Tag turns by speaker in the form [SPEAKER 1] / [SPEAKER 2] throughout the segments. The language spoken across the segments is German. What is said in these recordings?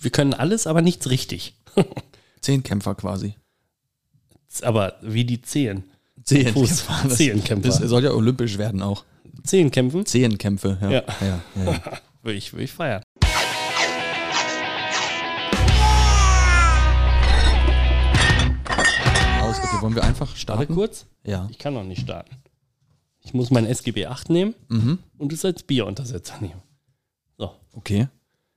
[SPEAKER 1] wir können alles, aber nichts richtig.
[SPEAKER 2] Zehnkämpfer quasi.
[SPEAKER 1] aber wie die Zehen. Fuß.
[SPEAKER 2] Zehnkämpfer. Das-
[SPEAKER 1] Zehnkämpfer.
[SPEAKER 2] Das soll ja olympisch werden auch.
[SPEAKER 1] Zehen kämpfen?
[SPEAKER 2] Zehnkämpfe, ja.
[SPEAKER 1] Ja.
[SPEAKER 2] ja, ja, ja.
[SPEAKER 1] Würde ich, würde ich feiern.
[SPEAKER 2] Aus. Okay, wollen wir einfach
[SPEAKER 1] Warte
[SPEAKER 2] starten?
[SPEAKER 1] kurz.
[SPEAKER 2] Ja.
[SPEAKER 1] Ich kann noch nicht starten. Ich muss mein SGB 8 nehmen
[SPEAKER 2] Mhm.
[SPEAKER 1] und es als Bieruntersetzer nehmen. So.
[SPEAKER 2] Okay.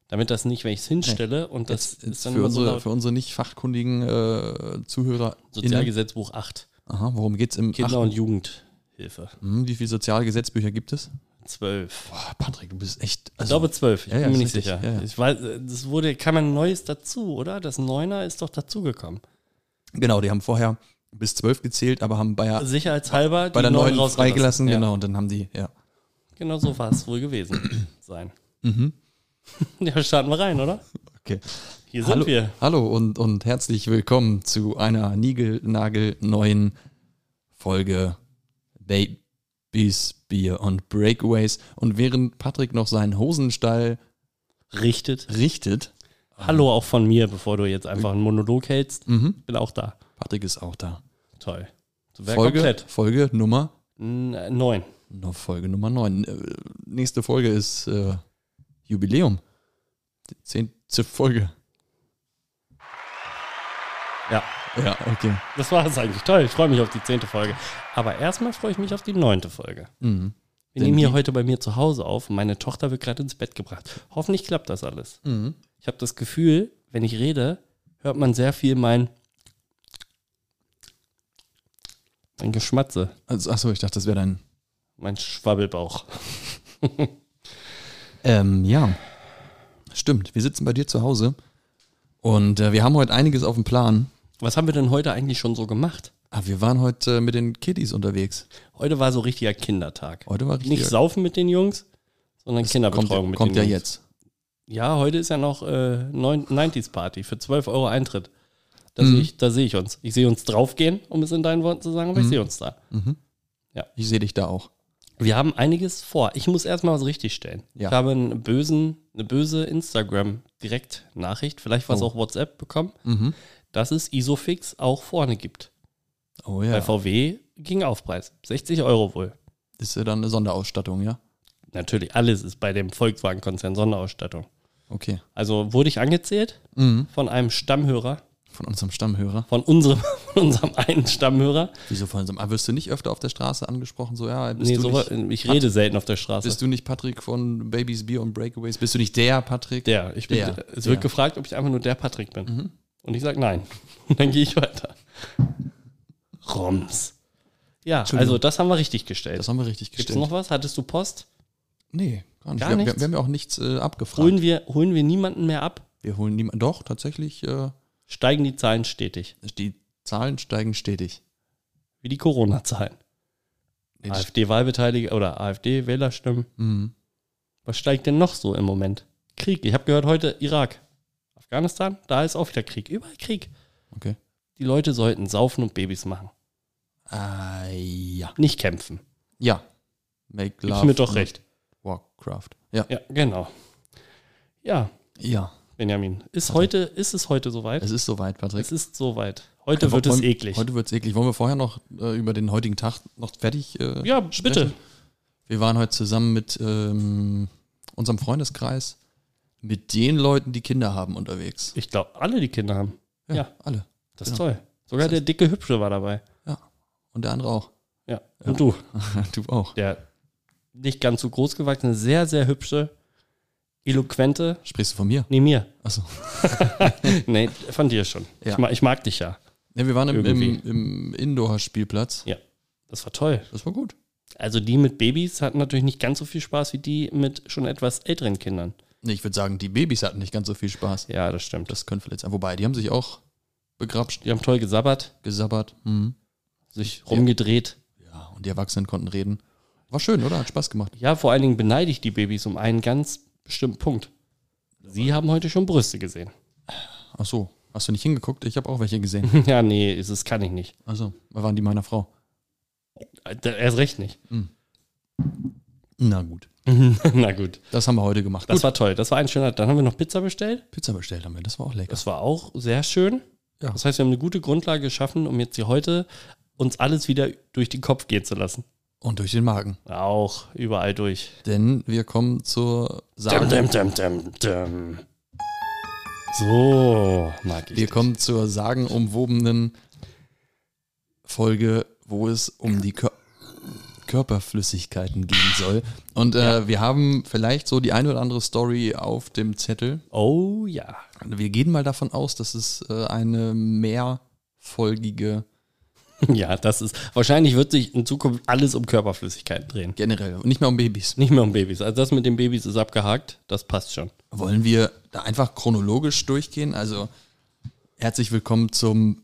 [SPEAKER 1] Damit das nicht, wenn ich es hinstelle und das ist dann
[SPEAKER 2] für,
[SPEAKER 1] immer so
[SPEAKER 2] unsere,
[SPEAKER 1] laut.
[SPEAKER 2] für unsere nicht fachkundigen äh, Zuhörer.
[SPEAKER 1] Sozialgesetzbuch 8.
[SPEAKER 2] Aha, worum geht's im
[SPEAKER 1] Kinder-
[SPEAKER 2] Ach,
[SPEAKER 1] und Jugendhilfe.
[SPEAKER 2] hm, Wie viele Sozialgesetzbücher gibt es?
[SPEAKER 1] 12.
[SPEAKER 2] Boah, Patrick, du bist echt.
[SPEAKER 1] Ich
[SPEAKER 2] Also,
[SPEAKER 1] glaube 12, ich
[SPEAKER 2] ja, ja,
[SPEAKER 1] bin mir
[SPEAKER 2] ist
[SPEAKER 1] nicht
[SPEAKER 2] richtig.
[SPEAKER 1] sicher.
[SPEAKER 2] Ja, ja.
[SPEAKER 1] Ich weiß, äh, das wurde, kam ein neues dazu, oder? Das Neuner ist doch dazugekommen.
[SPEAKER 2] genau, die haben vorher bis zwölf gezählt, aber haben bei,
[SPEAKER 1] Also
[SPEAKER 2] der-
[SPEAKER 1] Sicherheitshalber
[SPEAKER 2] bei der
[SPEAKER 1] Neun
[SPEAKER 2] neuen freigelassen.
[SPEAKER 1] Ja,
[SPEAKER 2] Genau, und dann haben die, ja.
[SPEAKER 1] genau so war es wohl gewesen sein.
[SPEAKER 2] Mhm.
[SPEAKER 1] Ja, starten wir rein, oder?
[SPEAKER 2] Okay.
[SPEAKER 1] Hier sind
[SPEAKER 2] Hallo,
[SPEAKER 1] wir.
[SPEAKER 2] hallo und, und herzlich willkommen zu einer niegelnagelneuen Folge Babys, Bier und Breakaways. Und während Patrick noch seinen Hosenstall
[SPEAKER 1] Richtet.
[SPEAKER 2] richtet,
[SPEAKER 1] Hallo auch von mir, bevor du jetzt einfach einen Monolog hältst.
[SPEAKER 2] mhm.
[SPEAKER 1] Bin auch da.
[SPEAKER 2] Patrick ist auch da.
[SPEAKER 1] Toll. So wär
[SPEAKER 2] Folge,
[SPEAKER 1] komplett.
[SPEAKER 2] Folge Nummer
[SPEAKER 1] N- äh, Neun.
[SPEAKER 2] no, Folge Nummer 9. Äh, nächste Folge ist äh, Jubiläum. Die Zehnte Folge.
[SPEAKER 1] Ja,
[SPEAKER 2] Ja, okay.
[SPEAKER 1] das war es eigentlich. Toll. Ich freue mich auf die zehnte Folge. Aber erstmal freue ich mich auf die neunte Folge.
[SPEAKER 2] Mhm.
[SPEAKER 1] Wir
[SPEAKER 2] Denn
[SPEAKER 1] nehmen hier
[SPEAKER 2] die-
[SPEAKER 1] heute bei mir zu Hause auf. Meine Tochter wird gerade ins Bett gebracht. Hoffentlich klappt das alles.
[SPEAKER 2] Mhm.
[SPEAKER 1] Ich habe das Gefühl, wenn ich rede, hört man sehr viel mein, mein Geschmatze,
[SPEAKER 2] Also, achso, ich dachte, das wäre dein.
[SPEAKER 1] mein Schwabbelbauch.
[SPEAKER 2] Ähm, ja. Stimmt, wir sitzen bei dir zu Hause und äh, wir haben heute einiges auf dem Plan.
[SPEAKER 1] Was haben wir denn heute eigentlich schon so gemacht?
[SPEAKER 2] Aber wir waren heute äh, mit den Kiddies unterwegs.
[SPEAKER 1] Heute war so richtiger Kindertag.
[SPEAKER 2] Heute war
[SPEAKER 1] Nicht saufen mit den Jungs, sondern
[SPEAKER 2] kommt,
[SPEAKER 1] Kinderbetreuung mit
[SPEAKER 2] kommt ja
[SPEAKER 1] den Jungs.
[SPEAKER 2] jetzt.
[SPEAKER 1] Ja, heute ist ja noch äh, 9 90s Party für 12 Euro Eintritt. Da
[SPEAKER 2] Mhm.
[SPEAKER 1] sehe ich, da seh ich uns. Ich sehe uns draufgehen, um es in deinen Worten zu sagen, aber
[SPEAKER 2] Mhm.
[SPEAKER 1] ich sehe uns da.
[SPEAKER 2] Ich sehe dich da auch.
[SPEAKER 1] Wir haben einiges vor. Ich muss erstmal was richtigstellen.
[SPEAKER 2] Ja.
[SPEAKER 1] Ich habe einen bösen, eine böse Instagram-Direktnachricht, vielleicht was
[SPEAKER 2] Oh.
[SPEAKER 1] auch WhatsApp bekommen,
[SPEAKER 2] Mhm.
[SPEAKER 1] dass es Isofix auch vorne gibt.
[SPEAKER 2] Oh
[SPEAKER 1] Bei
[SPEAKER 2] ja.
[SPEAKER 1] VW ging Aufpreis. 60 Euro wohl.
[SPEAKER 2] Ist ja dann eine Sonderausstattung, ja?
[SPEAKER 1] Natürlich, alles ist bei dem Volkswagen-Konzern Sonderausstattung.
[SPEAKER 2] Okay.
[SPEAKER 1] Also wurde ich angezählt
[SPEAKER 2] Mhm.
[SPEAKER 1] von einem Stammhörer,
[SPEAKER 2] Von unserem Stammhörer.
[SPEAKER 1] von unserem, von unserem einen Stammhörer.
[SPEAKER 2] Wieso von unserem? Ah, wirst du nicht öfter auf der Straße angesprochen? So, ja, bist,
[SPEAKER 1] Nee,
[SPEAKER 2] du,
[SPEAKER 1] so,
[SPEAKER 2] nicht,
[SPEAKER 1] ich rede selten auf der Straße.
[SPEAKER 2] bist du nicht Patrick von Babys, Bier und Breakaways? Bist du nicht der Patrick?
[SPEAKER 1] Der. Ich bin,
[SPEAKER 2] Der.
[SPEAKER 1] Es
[SPEAKER 2] Der. Mhm.
[SPEAKER 1] wird gefragt, ob ich einfach nur der Patrick bin. Und ich sage nein. Und dann gehe ich weiter. Roms. Ja,
[SPEAKER 2] Entschuldigung.
[SPEAKER 1] also das haben wir richtig gestellt.
[SPEAKER 2] Das haben wir richtig
[SPEAKER 1] Gibt es
[SPEAKER 2] gestellt.
[SPEAKER 1] noch was? Hattest du Post?
[SPEAKER 2] Nee, gar nicht.
[SPEAKER 1] Gar
[SPEAKER 2] wir,
[SPEAKER 1] nichts?
[SPEAKER 2] Wir, wir haben ja auch nichts äh, abgefragt.
[SPEAKER 1] Holen wir, holen wir niemanden mehr ab?
[SPEAKER 2] Wir holen niemanden. Doch, tatsächlich. Äh,
[SPEAKER 1] Steigen die Zahlen stetig.
[SPEAKER 2] Die Zahlen steigen stetig.
[SPEAKER 1] Wie die Corona-Zahlen.
[SPEAKER 2] Nee, die-
[SPEAKER 1] AfD-Wahlbeteiligte oder AfD-Wählerstimmen.
[SPEAKER 2] Mhm.
[SPEAKER 1] Was steigt denn noch so im Moment? Krieg. Ich habe gehört heute Irak. Afghanistan, da ist auch wieder Krieg. Überall Krieg.
[SPEAKER 2] Okay.
[SPEAKER 1] Die Leute sollten saufen und Babys machen.
[SPEAKER 2] Ah, ja.
[SPEAKER 1] Nicht kämpfen.
[SPEAKER 2] Ja. Make
[SPEAKER 1] Gibst
[SPEAKER 2] love.
[SPEAKER 1] mir doch
[SPEAKER 2] not
[SPEAKER 1] recht.
[SPEAKER 2] Warcraft. Ja.
[SPEAKER 1] Ja, genau. Ja,
[SPEAKER 2] Ja.
[SPEAKER 1] Benjamin, ist
[SPEAKER 2] Also-
[SPEAKER 1] heute, ist es heute soweit?
[SPEAKER 2] Es ist soweit, Patrick.
[SPEAKER 1] es ist soweit. Heute wird es
[SPEAKER 2] Wollen-
[SPEAKER 1] eklig.
[SPEAKER 2] Heute wird es eklig. Wollen wir vorher noch äh, über den heutigen Tag noch fertig? Äh,
[SPEAKER 1] ja, bitte.
[SPEAKER 2] Wir waren heute zusammen mit ähm, unserem Freundeskreis, mit den Leuten, die Kinder haben, unterwegs.
[SPEAKER 1] Ich glaube, alle die Kinder haben. Ja.
[SPEAKER 2] Alle.
[SPEAKER 1] Das
[SPEAKER 2] Ja.
[SPEAKER 1] ist toll. Sogar
[SPEAKER 2] Genau. Das
[SPEAKER 1] der dicke Hübsche war dabei.
[SPEAKER 2] Und der andere auch.
[SPEAKER 1] Ja. Und du,
[SPEAKER 2] du auch.
[SPEAKER 1] der nicht ganz so groß gewachsene, sehr, sehr hübsche, eloquente,
[SPEAKER 2] Sprichst du von mir?
[SPEAKER 1] nee, mir.
[SPEAKER 2] Achso.
[SPEAKER 1] Nee, von dir schon.
[SPEAKER 2] Ja.
[SPEAKER 1] Ich, mag, ich mag dich ja.
[SPEAKER 2] Ne, wir waren im, im,
[SPEAKER 1] Irgendwie.
[SPEAKER 2] im Indoor-Spielplatz.
[SPEAKER 1] Das war toll.
[SPEAKER 2] Das war gut.
[SPEAKER 1] Also die mit Babys hatten natürlich nicht ganz so viel Spaß wie die mit schon etwas älteren Kindern.
[SPEAKER 2] Nee, ich würde sagen, die Babys hatten nicht ganz so viel Spaß.
[SPEAKER 1] Ja, das stimmt.
[SPEAKER 2] Das können vielleicht sein. Wobei, die haben sich auch begrapscht,
[SPEAKER 1] Die haben toll gesabbert.
[SPEAKER 2] gesabbert. Mhm.
[SPEAKER 1] sich rumgedreht.
[SPEAKER 2] Ja, und die Erwachsenen konnten reden. War schön, oder? Hat Spaß gemacht.
[SPEAKER 1] Ja, vor allen Dingen beneide ich die Babys um einen ganz bestimmten Punkt. Sie haben heute schon Brüste gesehen.
[SPEAKER 2] Ach so, hast du nicht hingeguckt? Ich habe auch welche gesehen.
[SPEAKER 1] ja, nee, das kann ich nicht.
[SPEAKER 2] Also, waren die meiner Frau.
[SPEAKER 1] Äh, Erst recht nicht.
[SPEAKER 2] Na gut.
[SPEAKER 1] Na gut.
[SPEAKER 2] Das haben wir heute gemacht.
[SPEAKER 1] Das
[SPEAKER 2] Gut,
[SPEAKER 1] war toll. Das war ein schöner. Dann haben wir noch Pizza bestellt.
[SPEAKER 2] Pizza bestellt haben wir. Das war auch lecker.
[SPEAKER 1] Das war auch sehr schön.
[SPEAKER 2] Ja.
[SPEAKER 1] Das heißt, wir haben eine gute Grundlage geschaffen, um jetzt hier heute uns alles wieder durch den Kopf gehen zu lassen.
[SPEAKER 2] Und durch den Magen.
[SPEAKER 1] Auch überall durch.
[SPEAKER 2] Denn wir kommen zur
[SPEAKER 1] Dum,
[SPEAKER 2] Sage.
[SPEAKER 1] dum, dum, dum, dum. So, mag ich.
[SPEAKER 2] Wir
[SPEAKER 1] dich.
[SPEAKER 2] kommen zur sagenumwobenen Folge, wo es um die Kör Körperflüssigkeiten gehen soll. Und äh, wir haben vielleicht so die eine oder andere Story auf dem Zettel.
[SPEAKER 1] Oh ja.
[SPEAKER 2] Wir gehen mal davon aus, dass es äh, eine mehrfolgige
[SPEAKER 1] Ja, das ist. Wahrscheinlich wird sich in Zukunft alles um Körperflüssigkeiten drehen.
[SPEAKER 2] generell, nicht mehr um Babys.
[SPEAKER 1] Nicht mehr um Babys. Also das mit den Babys ist abgehakt. Das passt schon.
[SPEAKER 2] Wollen wir da einfach chronologisch durchgehen? Also herzlich willkommen zum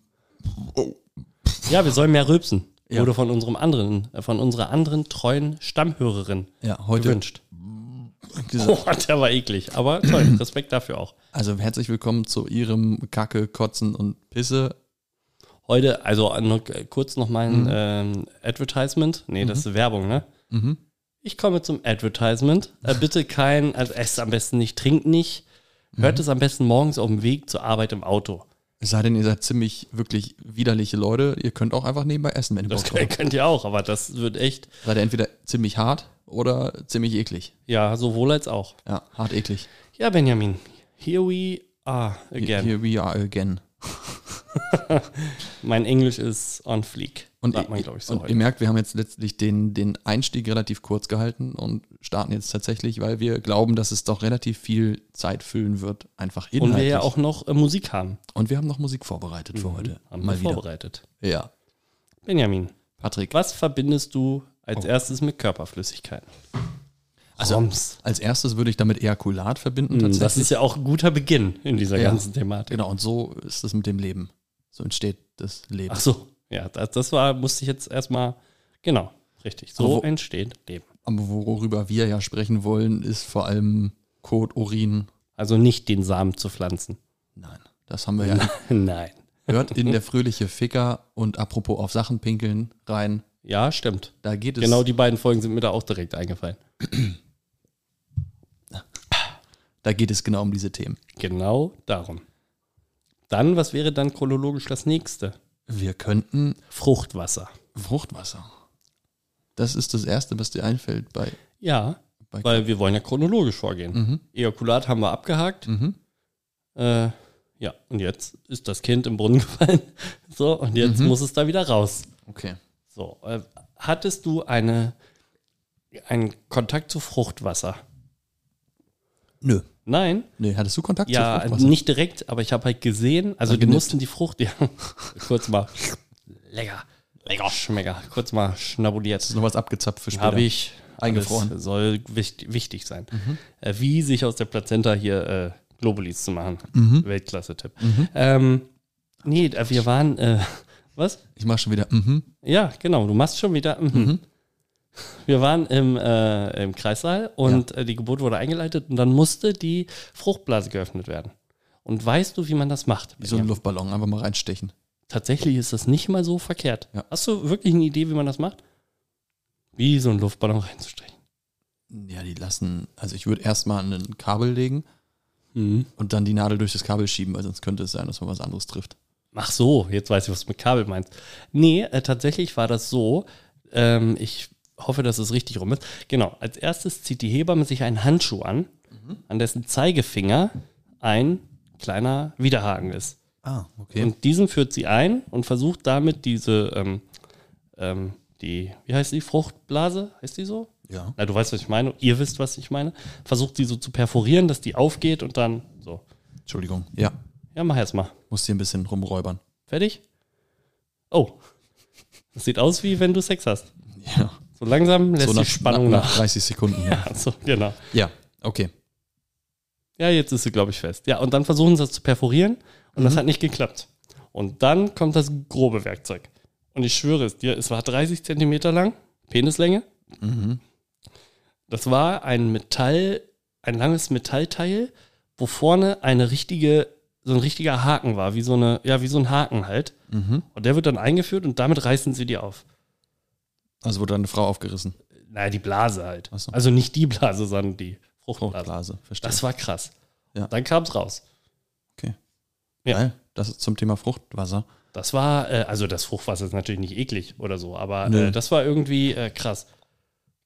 [SPEAKER 1] Ja, wir sollen mehr rülpsen.
[SPEAKER 2] Ja.
[SPEAKER 1] Wurde von unserem anderen, äh, von unserer anderen treuen Stammhörerin
[SPEAKER 2] ja heute
[SPEAKER 1] gewünscht.
[SPEAKER 2] gesagt.
[SPEAKER 1] Boah, der war eklig. Aber toll, Respekt dafür auch.
[SPEAKER 2] Also herzlich willkommen zu ihrem Kacke, Kotzen und Pisse
[SPEAKER 1] Heute, also äh, noch, äh, kurz noch mein
[SPEAKER 2] Mhm.
[SPEAKER 1] ähm, Advertisement. Nee, das ist Werbung, ne?
[SPEAKER 2] Mhm.
[SPEAKER 1] Ich komme zum Advertisement. Äh, bitte kein, also esst am besten nicht, trinkt nicht. Hört
[SPEAKER 2] Mhm.
[SPEAKER 1] es am besten morgens auf dem Weg zur Arbeit im Auto.
[SPEAKER 2] Es sei denn, ihr seid ziemlich wirklich widerliche Leute. Ihr könnt auch einfach nebenbei essen, wenn ihr
[SPEAKER 1] Das
[SPEAKER 2] Bock
[SPEAKER 1] könnt,
[SPEAKER 2] habt.
[SPEAKER 1] könnt ihr auch, aber das wird echt,
[SPEAKER 2] Seid ihr entweder ziemlich hart oder ziemlich eklig.
[SPEAKER 1] ja, sowohl als auch.
[SPEAKER 2] Ja, hart eklig.
[SPEAKER 1] Ja, Benjamin, here we are again.
[SPEAKER 2] Here we are again.
[SPEAKER 1] Mein Englisch ist on fleek.
[SPEAKER 2] Und,
[SPEAKER 1] sagt man,
[SPEAKER 2] ihr-
[SPEAKER 1] glaube ich, so
[SPEAKER 2] und
[SPEAKER 1] heute.
[SPEAKER 2] ihr merkt, wir haben jetzt letztlich den, den Einstieg relativ kurz gehalten und starten jetzt tatsächlich, weil wir glauben, dass es doch relativ viel Zeit füllen wird, einfach
[SPEAKER 1] Und
[SPEAKER 2] inhaltlich.
[SPEAKER 1] wir ja auch noch äh, Musik haben.
[SPEAKER 2] und wir haben noch Musik vorbereitet für heute.
[SPEAKER 1] Haben wir vorbereitet.
[SPEAKER 2] wieder. Ja.
[SPEAKER 1] Benjamin,
[SPEAKER 2] Patrick,
[SPEAKER 1] was verbindest du
[SPEAKER 2] Oh.
[SPEAKER 1] als erstes mit Körperflüssigkeit? Also, Roms.
[SPEAKER 2] als erstes würde ich damit Ejakulat verbinden tatsächlich.
[SPEAKER 1] Mhm, Das ist ja auch ein guter Beginn in dieser
[SPEAKER 2] Ja.
[SPEAKER 1] ganzen Thematik.
[SPEAKER 2] genau, und so ist es mit dem Leben. So entsteht das Leben.
[SPEAKER 1] Ach so, ja, das, das war, musste ich jetzt erstmal, genau, richtig.
[SPEAKER 2] Aber
[SPEAKER 1] So
[SPEAKER 2] wo-
[SPEAKER 1] entsteht Leben.
[SPEAKER 2] Aber worüber wir ja sprechen wollen, ist vor allem Kot, Urin.
[SPEAKER 1] Also nicht den Samen zu pflanzen.
[SPEAKER 2] Nein, das haben wir ja.
[SPEAKER 1] Nein.
[SPEAKER 2] Hört in der fröhliche Ficker und apropos auf Sachen pinkeln rein.
[SPEAKER 1] Ja, stimmt.
[SPEAKER 2] Da geht es.
[SPEAKER 1] Genau die beiden Folgen sind mir da auch direkt eingefallen.
[SPEAKER 2] Da geht es genau um diese Themen.
[SPEAKER 1] Genau darum. Dann, was wäre dann chronologisch das nächste?
[SPEAKER 2] Wir könnten
[SPEAKER 1] Fruchtwasser.
[SPEAKER 2] Fruchtwasser. Das ist das Erste, was dir einfällt bei.
[SPEAKER 1] Ja,
[SPEAKER 2] Bei- Mhm.
[SPEAKER 1] weil wir wollen ja chronologisch vorgehen. Ejakulat haben wir abgehakt. Äh, ja, und jetzt ist das Kind im Brunnen gefallen. So, und jetzt
[SPEAKER 2] Mhm.
[SPEAKER 1] muss es da wieder raus.
[SPEAKER 2] Okay.
[SPEAKER 1] So, äh, hattest du eine, einen Kontakt zu Fruchtwasser?
[SPEAKER 2] Nö.
[SPEAKER 1] Nein,
[SPEAKER 2] Nö, hattest du Kontakt zu
[SPEAKER 1] ja,
[SPEAKER 2] Fruchtwasser?
[SPEAKER 1] nicht direkt, aber ich habe halt gesehen, also die
[SPEAKER 2] genippt.
[SPEAKER 1] mussten die Frucht, ja, kurz mal, lecker, lecker, schmecker, kurz mal schnabuliert.
[SPEAKER 2] Ist noch was abgezapft für später.
[SPEAKER 1] Habe ich
[SPEAKER 2] Eingefroren. Mhm.
[SPEAKER 1] Alles Soll wichtig, wichtig sein. Äh, wie sich aus der Plazenta hier äh, Globulis zu machen.
[SPEAKER 2] Mhm.
[SPEAKER 1] Weltklasse-Tipp. Ähm, nee, äh, wir waren, äh, was?
[SPEAKER 2] Ich mache schon wieder. Mhm.
[SPEAKER 1] Ja, genau, du machst schon wieder. Mhm. Wir waren im, äh, im Kreissaal und äh, die Geburt wurde eingeleitet und dann musste die Fruchtblase geöffnet werden. Und weißt du, wie man das macht?
[SPEAKER 2] Wie so ein Luftballon, einfach mal reinstechen.
[SPEAKER 1] Tatsächlich ist das nicht mal so verkehrt.
[SPEAKER 2] Ja.
[SPEAKER 1] Hast du wirklich eine Idee, wie man das macht? Wie so ein Luftballon reinzustechen.
[SPEAKER 2] Ja, die lassen. Also ich würde erstmal ein Kabel legen
[SPEAKER 1] Mhm.
[SPEAKER 2] und dann die Nadel durch das Kabel schieben, weil sonst könnte es sein, dass man was anderes trifft.
[SPEAKER 1] Ach so, jetzt weiß ich, was du mit Kabel meinst. Nee, äh, tatsächlich war das so. Ähm, ich hoffe, dass es richtig rum ist. Genau, als erstes zieht die Hebamme sich einen Handschuh an, an dessen Zeigefinger ein kleiner Widerhaken ist.
[SPEAKER 2] Ah, okay.
[SPEAKER 1] Und diesen führt sie ein und versucht damit diese, ähm, ähm, die, wie heißt die, Fruchtblase? Heißt die so?
[SPEAKER 2] ja.
[SPEAKER 1] Na, du weißt, was ich meine. Ihr wisst, was ich meine. Versucht sie so zu perforieren, dass die aufgeht und dann so.
[SPEAKER 2] Entschuldigung. Ja.
[SPEAKER 1] Ja, mach erst mal.
[SPEAKER 2] Muss hier ein bisschen rumräubern.
[SPEAKER 1] Fertig? Oh. Das sieht aus wie wenn du Sex hast.
[SPEAKER 2] Ja.
[SPEAKER 1] So langsam lässt
[SPEAKER 2] so
[SPEAKER 1] die Spannung nach.
[SPEAKER 2] 30 Sekunden. Ja,
[SPEAKER 1] Ach so, genau.
[SPEAKER 2] ja. okay.
[SPEAKER 1] Ja, jetzt ist sie, glaube ich, fest. Ja, und dann versuchen sie das zu perforieren und das hat nicht geklappt. Und dann kommt das grobe Werkzeug. Und ich schwöre es dir, es war 30 Zentimeter lang, Penislänge. Mhm. Das war ein Metall, ein langes Metallteil, wo vorne eine richtige, so ein richtiger Haken war, wie so eine, ja, wie so ein Haken halt.
[SPEAKER 2] Mhm.
[SPEAKER 1] Und der wird dann eingeführt und damit reißen sie die auf.
[SPEAKER 2] Also wurde eine Frau aufgerissen.
[SPEAKER 1] naja, die Blase halt.
[SPEAKER 2] Ach so.
[SPEAKER 1] Also nicht die Blase, sondern die Fruchtblase.
[SPEAKER 2] Fruchtblase, verstehe.
[SPEAKER 1] Das war krass.
[SPEAKER 2] Ja.
[SPEAKER 1] Dann kam es raus. ja.
[SPEAKER 2] Geil. Das ist zum Thema Fruchtwasser.
[SPEAKER 1] Das war, äh, also das Fruchtwasser ist natürlich nicht eklig oder so, aber
[SPEAKER 2] Nö.
[SPEAKER 1] äh, das war irgendwie äh, krass.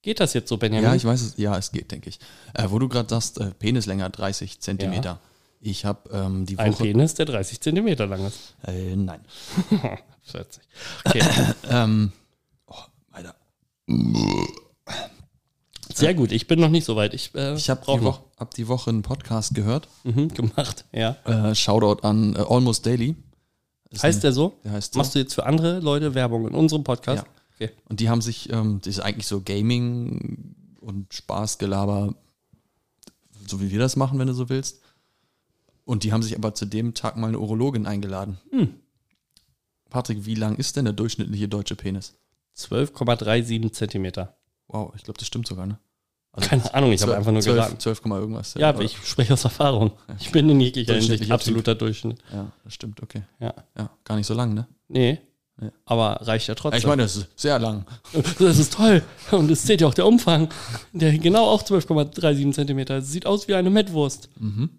[SPEAKER 1] Geht das jetzt so,
[SPEAKER 2] Ja,
[SPEAKER 1] Benjamin?
[SPEAKER 2] ich weiß es. Ja, es geht, denke ich. Äh, wo du gerade sagst, äh, Penislänge 30 Zentimeter. Ich habe ähm, die
[SPEAKER 1] Ein
[SPEAKER 2] Woche.
[SPEAKER 1] Penis, der 30 Zentimeter lang ist.
[SPEAKER 2] Äh, nein.
[SPEAKER 1] 40. Okay,
[SPEAKER 2] Ähm, oh, Alter.
[SPEAKER 1] sehr gut. Ich bin noch nicht so weit. Ich, äh,
[SPEAKER 2] Ich habe
[SPEAKER 1] brauch
[SPEAKER 2] die, Wo hab die Woche einen Podcast gehört.
[SPEAKER 1] Mhm, gemacht. Ja.
[SPEAKER 2] Äh, Shoutout an äh, Almost Daily. Ist
[SPEAKER 1] Heißt der so?
[SPEAKER 2] Der heißt so.
[SPEAKER 1] Machst du jetzt für andere Leute Werbung in unserem Podcast?
[SPEAKER 2] Ja.
[SPEAKER 1] Okay.
[SPEAKER 2] Und die haben sich, ähm, das ist eigentlich so Gaming und Spaßgelaber, so wie wir das machen, wenn du so willst. Und die haben sich aber zu dem Tag mal eine Urologin eingeladen.
[SPEAKER 1] Hm.
[SPEAKER 2] Patrick, wie lang ist denn der durchschnittliche deutsche Penis?
[SPEAKER 1] 12,37 Zentimeter.
[SPEAKER 2] Wow, ich glaube, das stimmt sogar, ne?
[SPEAKER 1] Keine Ahnung, ich habe
[SPEAKER 2] Zwölf-
[SPEAKER 1] einfach nur
[SPEAKER 2] zwölf-
[SPEAKER 1] geraten.
[SPEAKER 2] 12, Komma irgendwas.
[SPEAKER 1] Ja,
[SPEAKER 2] oder?
[SPEAKER 1] ich spreche aus Erfahrung. Ich bin in jeglicher Hinsicht
[SPEAKER 2] Durchschnittlicher
[SPEAKER 1] absoluter Durchschnitt.
[SPEAKER 2] Ja, das stimmt, okay.
[SPEAKER 1] Ja.
[SPEAKER 2] Ja, gar nicht so lang, ne?
[SPEAKER 1] Nee,
[SPEAKER 2] Ja.
[SPEAKER 1] aber reicht ja trotzdem.
[SPEAKER 2] Ich meine, das ist sehr lang.
[SPEAKER 1] Das ist toll. Und es zählt ja auch der Umfang. Der genau auch 12,37 Zentimeter. Sieht aus wie eine Mettwurst.
[SPEAKER 2] Mhm.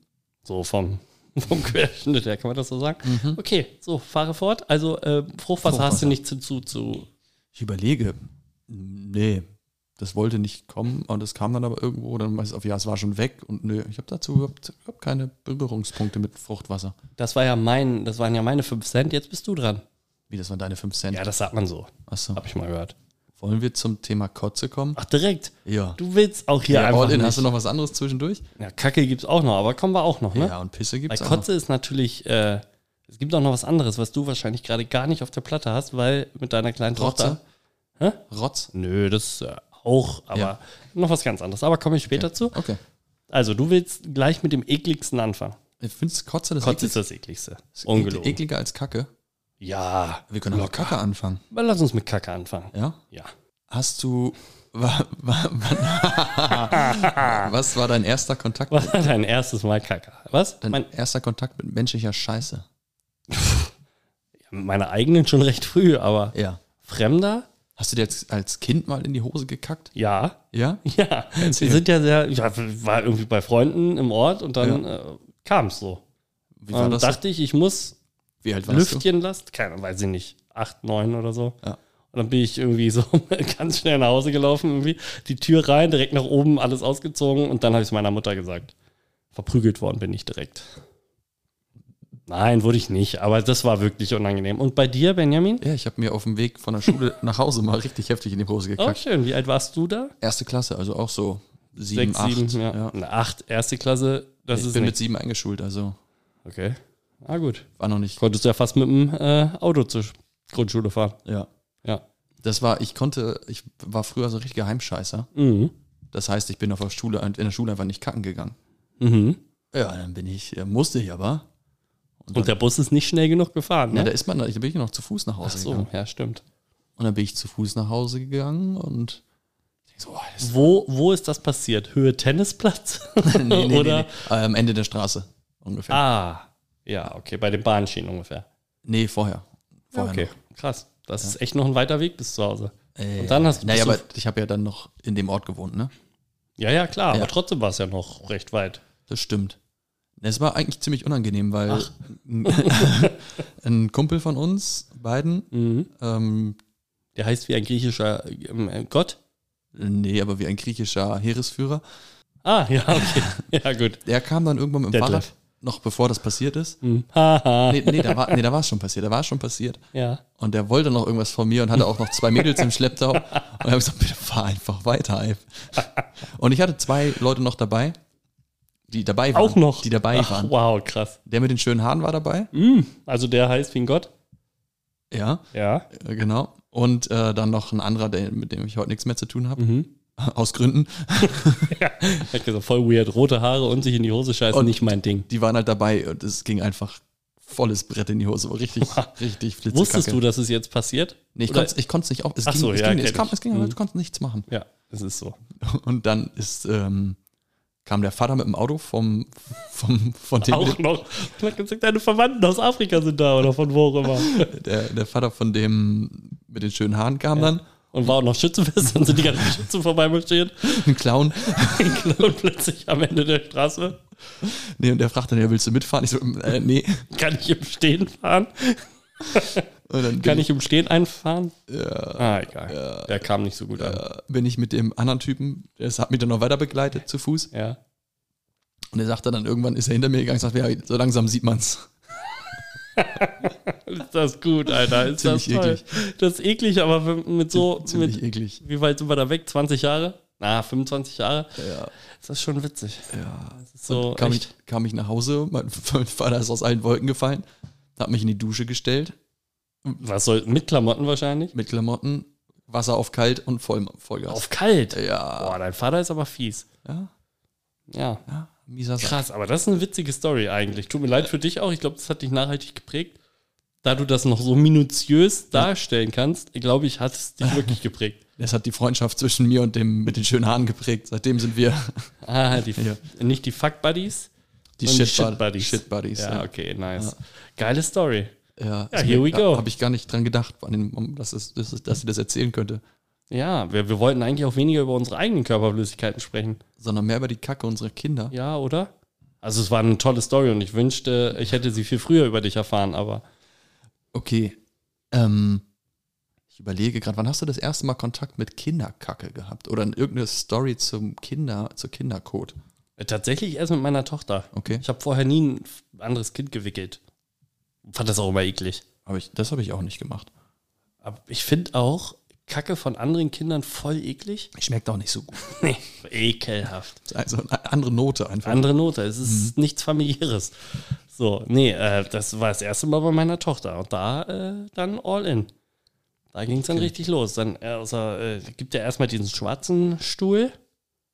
[SPEAKER 1] So vom, vom Querschnitt her, kann man das so sagen?
[SPEAKER 2] Mhm.
[SPEAKER 1] Okay, so, fahre fort. Also, äh, Fruchtwasser hast du nichts hinzu zu.
[SPEAKER 2] Ich überlege. Nee, das wollte nicht kommen und es kam dann aber irgendwo, dann weiß ich auf, ja, es war schon weg und nö, ich habe dazu überhaupt, überhaupt keine Berührungspunkte mit Fruchtwasser.
[SPEAKER 1] Das war ja mein, das waren ja meine 5 Cent, jetzt bist du dran.
[SPEAKER 2] Wie, das waren deine 5 Cent?
[SPEAKER 1] Ja, das sagt man so.
[SPEAKER 2] Achso.
[SPEAKER 1] Hab ich mal gehört.
[SPEAKER 2] Wollen wir zum Thema Kotze kommen?
[SPEAKER 1] Ach, direkt.
[SPEAKER 2] Ja.
[SPEAKER 1] Du willst auch hier einfach.
[SPEAKER 2] all in.
[SPEAKER 1] nicht.
[SPEAKER 2] Hast du noch was anderes zwischendurch?
[SPEAKER 1] Ja, Kacke gibt's auch noch, aber kommen wir auch noch, ne?
[SPEAKER 2] Ja, und Pisse
[SPEAKER 1] Bei
[SPEAKER 2] gibt's auch noch.
[SPEAKER 1] Kotze ist natürlich, äh, es gibt auch noch was anderes, was du wahrscheinlich gerade gar nicht auf der Platte hast, weil mit deiner kleinen
[SPEAKER 2] Rotze?
[SPEAKER 1] Tochter. Hä?
[SPEAKER 2] Rotz?
[SPEAKER 1] Nö, das äh, auch, aber
[SPEAKER 2] Ja.
[SPEAKER 1] noch was ganz anderes. Aber komme ich später zu.
[SPEAKER 2] Okay.
[SPEAKER 1] Also, du willst gleich mit dem ekligsten anfangen.
[SPEAKER 2] Findest du Kotze das
[SPEAKER 1] Kotze
[SPEAKER 2] eklig-
[SPEAKER 1] ist das ekligste.
[SPEAKER 2] das eklig-
[SPEAKER 1] Ungelogen.
[SPEAKER 2] ekliger als Kacke?
[SPEAKER 1] ja,
[SPEAKER 2] Wir können auch mit Kacke anfangen.
[SPEAKER 1] aber lass uns mit Kacke anfangen.
[SPEAKER 2] Ja?
[SPEAKER 1] Ja.
[SPEAKER 2] Hast du. wa- wa- wa- Was war dein erster Kontakt?
[SPEAKER 1] Was war dein erstes Mal Kacke? Was?
[SPEAKER 2] Dein
[SPEAKER 1] Mein,
[SPEAKER 2] erster Kontakt mit menschlicher Scheiße.
[SPEAKER 1] meine eigenen schon recht früh, aber
[SPEAKER 2] Ja.
[SPEAKER 1] Fremder?
[SPEAKER 2] Hast du dir jetzt als Kind mal in die Hose gekackt?
[SPEAKER 1] Ja.
[SPEAKER 2] Ja?
[SPEAKER 1] Ja. Wir sind ja sehr, ich war irgendwie bei Freunden im Ort und dann äh, kam es so. Und
[SPEAKER 2] Wie war
[SPEAKER 1] dann
[SPEAKER 2] das?
[SPEAKER 1] dachte ich, ich muss
[SPEAKER 2] Wie alt warst
[SPEAKER 1] Lüftchen lasst, keine, weiß ich nicht, acht, neun oder so.
[SPEAKER 2] Ja.
[SPEAKER 1] Und dann bin ich irgendwie so ganz schnell nach Hause gelaufen, irgendwie die Tür rein, direkt nach oben, alles ausgezogen und dann habe ich es meiner Mutter gesagt. Verprügelt worden bin ich direkt. Nein, wurde ich nicht, aber das war wirklich unangenehm. Und bei dir, Benjamin?
[SPEAKER 2] du? Ja, ich habe mir auf dem Weg von der Schule nach Hause mal richtig heftig in die Hose
[SPEAKER 1] Oh,
[SPEAKER 2] gekackt.
[SPEAKER 1] schön. Wie alt warst du da?
[SPEAKER 2] Erste Klasse, also auch so sieben, acht.
[SPEAKER 1] Oh. ja.
[SPEAKER 2] ja.
[SPEAKER 1] Na, acht, erste Klasse. Das
[SPEAKER 2] Ich
[SPEAKER 1] ist
[SPEAKER 2] bin mit
[SPEAKER 1] nicht.
[SPEAKER 2] sieben eingeschult, also
[SPEAKER 1] Okay. Ah, gut.
[SPEAKER 2] war noch nicht.
[SPEAKER 1] Konntest du ja fast mit dem äh, Auto zur Sch- Grundschule fahren.
[SPEAKER 2] Ja.
[SPEAKER 1] Ja.
[SPEAKER 2] Das war, ich konnte, ich war früher so richtig Geheimscheißer.
[SPEAKER 1] Mhm.
[SPEAKER 2] Das heißt, ich bin auf der Schule, in der Schule einfach nicht kacken gegangen.
[SPEAKER 1] Mhm.
[SPEAKER 2] Ja, dann bin ich, äh, musste ich aber. Und,
[SPEAKER 1] Und der Bus ist nicht schnell genug gefahren, ne?
[SPEAKER 2] ja, da ist man, da bin ich noch zu Fuß nach Hause
[SPEAKER 1] Ach
[SPEAKER 2] gegangen.
[SPEAKER 1] so, ja, stimmt.
[SPEAKER 2] Und dann bin ich zu Fuß nach Hause gegangen und ich so, oh, das
[SPEAKER 1] Wo, wo ist das passiert? Höhe Tennisplatz? Oder?
[SPEAKER 2] Äh, am Ende der Straße ungefähr.
[SPEAKER 1] Ah, ja, okay, bei den Bahnschienen ungefähr.
[SPEAKER 2] Nee, vorher. Vorher
[SPEAKER 1] okay, krass. Das ist echt noch ein weiter Weg bis zu Hause.
[SPEAKER 2] noch. Äh,
[SPEAKER 1] Und dann hast du-
[SPEAKER 2] Naja,
[SPEAKER 1] bist du-
[SPEAKER 2] aber ich habe ja dann noch in dem Ort gewohnt, ne?
[SPEAKER 1] Ja, ja, klar,
[SPEAKER 2] Ja.
[SPEAKER 1] aber trotzdem war es ja noch recht weit.
[SPEAKER 2] Das stimmt. Es war eigentlich ziemlich unangenehm, weil
[SPEAKER 1] Ach.
[SPEAKER 2] ein Kumpel von uns beiden,
[SPEAKER 1] Mhm.
[SPEAKER 2] ähm,
[SPEAKER 1] Der heißt wie ein griechischer ähm, äh, Gott.
[SPEAKER 2] nee, aber wie ein griechischer Heeresführer,
[SPEAKER 1] Ah, ja, okay. ja, gut.
[SPEAKER 2] der kam dann irgendwann mit dem
[SPEAKER 1] Detlef.
[SPEAKER 2] Fahrrad, noch bevor das passiert ist.
[SPEAKER 1] Hm. Haha.
[SPEAKER 2] Nee, nee, da war nee, da war es schon passiert, da war es schon passiert.
[SPEAKER 1] Ja.
[SPEAKER 2] Und der wollte noch irgendwas von mir und hatte auch noch zwei Mädels im Schlepptau. Und ich habe gesagt, bitte fahr einfach weiter. Ey. Und ich hatte zwei Leute noch dabei, die dabei waren.
[SPEAKER 1] Auch noch.
[SPEAKER 2] Die dabei
[SPEAKER 1] Ach,
[SPEAKER 2] waren.
[SPEAKER 1] Wow, krass.
[SPEAKER 2] Der mit den schönen Haaren war dabei.
[SPEAKER 1] Also der heißt wie ein Gott.
[SPEAKER 2] Ja,
[SPEAKER 1] Ja.
[SPEAKER 2] äh, genau. Und äh, dann noch ein anderer, der, mit dem ich heute nichts mehr zu tun habe.
[SPEAKER 1] Mhm.
[SPEAKER 2] Aus Gründen.
[SPEAKER 1] Ich hab gesagt, voll weird. Rote Haare und sich in die Hose scheißen,
[SPEAKER 2] Und-
[SPEAKER 1] nicht mein Ding.
[SPEAKER 2] Die waren halt dabei und es ging einfach volles Brett in die Hose. War richtig, richtig flitzig.
[SPEAKER 1] Wusstest du, dass es jetzt passiert?
[SPEAKER 2] Nee, ich
[SPEAKER 1] Oder-
[SPEAKER 2] konnte es ich konnt's nicht auch. Es
[SPEAKER 1] Ach
[SPEAKER 2] ging,
[SPEAKER 1] so,
[SPEAKER 2] es
[SPEAKER 1] ja, mhm.
[SPEAKER 2] ging, es
[SPEAKER 1] kenn
[SPEAKER 2] kam,
[SPEAKER 1] ich.
[SPEAKER 2] es ging, aber du konntest nichts machen.
[SPEAKER 1] Ja, es ist so.
[SPEAKER 2] Und dann ist, ähm, kam der Vater mit dem Auto vom, vom, von dem,
[SPEAKER 1] auch noch. Man hat gesagt, deine Verwandten aus Afrika sind da oder von wo auch immer.
[SPEAKER 2] der, der Vater von dem mit den schönen Haaren kam dann
[SPEAKER 1] Und war auch noch schützenfest, dann sind die ganzen Schützen vorbeimarschiert.
[SPEAKER 2] Ein Clown.
[SPEAKER 1] Und plötzlich am Ende der Straße
[SPEAKER 2] Nee, und der fragt dann, ja, willst du mitfahren? Ich so, äh, nee.
[SPEAKER 1] kann ich im Stehen fahren.
[SPEAKER 2] Und
[SPEAKER 1] Kann
[SPEAKER 2] dann bin
[SPEAKER 1] ich im Stehen einfahren?
[SPEAKER 2] Ja,
[SPEAKER 1] Ah, egal. der kam nicht so gut an.
[SPEAKER 2] äh, bin ich mit dem anderen Typen, der hat mich dann noch weiter begleitet zu Fuß.
[SPEAKER 1] Ja.
[SPEAKER 2] Und er sagte dann, irgendwann ist er hinter mir gegangen, sagt, ja, so langsam sieht man's.
[SPEAKER 1] Ist das gut, Alter. Ist das
[SPEAKER 2] Ziemlich
[SPEAKER 1] toll. Das ist eklig, aber wenn- mit so,
[SPEAKER 2] Ziemlich
[SPEAKER 1] mit,
[SPEAKER 2] eklig.
[SPEAKER 1] wie weit sind wir da weg? 20 Jahre? Na, 25 Jahre?
[SPEAKER 2] Ja.
[SPEAKER 1] Ist das schon witzig.
[SPEAKER 2] ja.
[SPEAKER 1] Das ist so,
[SPEAKER 2] kam,
[SPEAKER 1] echt.
[SPEAKER 2] ich, kam ich nach Hause, mein, mein Vater ist aus allen Wolken gefallen, hat mich in die Dusche gestellt,
[SPEAKER 1] Was soll, mit Klamotten wahrscheinlich?
[SPEAKER 2] mit Klamotten, Wasser auf kalt und voll, Vollgas.
[SPEAKER 1] Auf kalt.
[SPEAKER 2] ja.
[SPEAKER 1] Boah, dein Vater ist aber fies.
[SPEAKER 2] ja.
[SPEAKER 1] Ja.
[SPEAKER 2] Ja, mieser Sack.
[SPEAKER 1] Krass, aber das ist eine witzige Story eigentlich. Tut mir leid für dich auch. Ich glaube, das hat dich nachhaltig geprägt. Da du das noch so minutiös darstellen kannst, glaube ich, hat es dich wirklich geprägt.
[SPEAKER 2] Das hat die Freundschaft zwischen mir und dem mit den schönen Haaren geprägt. Seitdem sind wir
[SPEAKER 1] Ah, die,
[SPEAKER 2] Ja.
[SPEAKER 1] nicht die Fuck Buddies,
[SPEAKER 2] die
[SPEAKER 1] sondern
[SPEAKER 2] Shit Buddies.
[SPEAKER 1] Shit Buddies. Ja,
[SPEAKER 2] ja.
[SPEAKER 1] okay, nice. Geile Story.
[SPEAKER 2] Ja,
[SPEAKER 1] here we go.
[SPEAKER 2] Habe ich gar nicht dran gedacht, an den, dass, es, dass, es, dass sie das erzählen könnte,
[SPEAKER 1] Ja, wir, wir wollten eigentlich auch weniger über unsere eigenen Körperflüssigkeiten sprechen.
[SPEAKER 2] sondern mehr über die Kacke unserer Kinder.
[SPEAKER 1] Ja, oder? Also es war eine tolle Story und ich wünschte, ich hätte sie viel früher über dich erfahren, aber
[SPEAKER 2] Okay. Ähm, ich überlege gerade, wann hast du das erste Mal Kontakt mit Kinderkacke gehabt? Oder in irgendeine Story zum Kinder, zur Kindercode?
[SPEAKER 1] äh, tatsächlich erst mit meiner Tochter.
[SPEAKER 2] Okay.
[SPEAKER 1] Ich habe vorher nie ein anderes Kind gewickelt. Fand das auch immer eklig.
[SPEAKER 2] Hab ich, das habe ich auch nicht gemacht.
[SPEAKER 1] Aber ich finde auch Kacke von anderen Kindern voll eklig.
[SPEAKER 2] Schmeckt auch nicht so gut.
[SPEAKER 1] Nee, ekelhaft.
[SPEAKER 2] Also eine andere Note einfach.
[SPEAKER 1] Andere Note, es
[SPEAKER 2] Mhm.
[SPEAKER 1] ist nichts familiäres. So, nee, äh, das war das erste Mal bei meiner Tochter und da äh, dann all in. Da ging es dann richtig los. Dann äh, außer, äh, gibt ja erstmal diesen schwarzen Stuhl.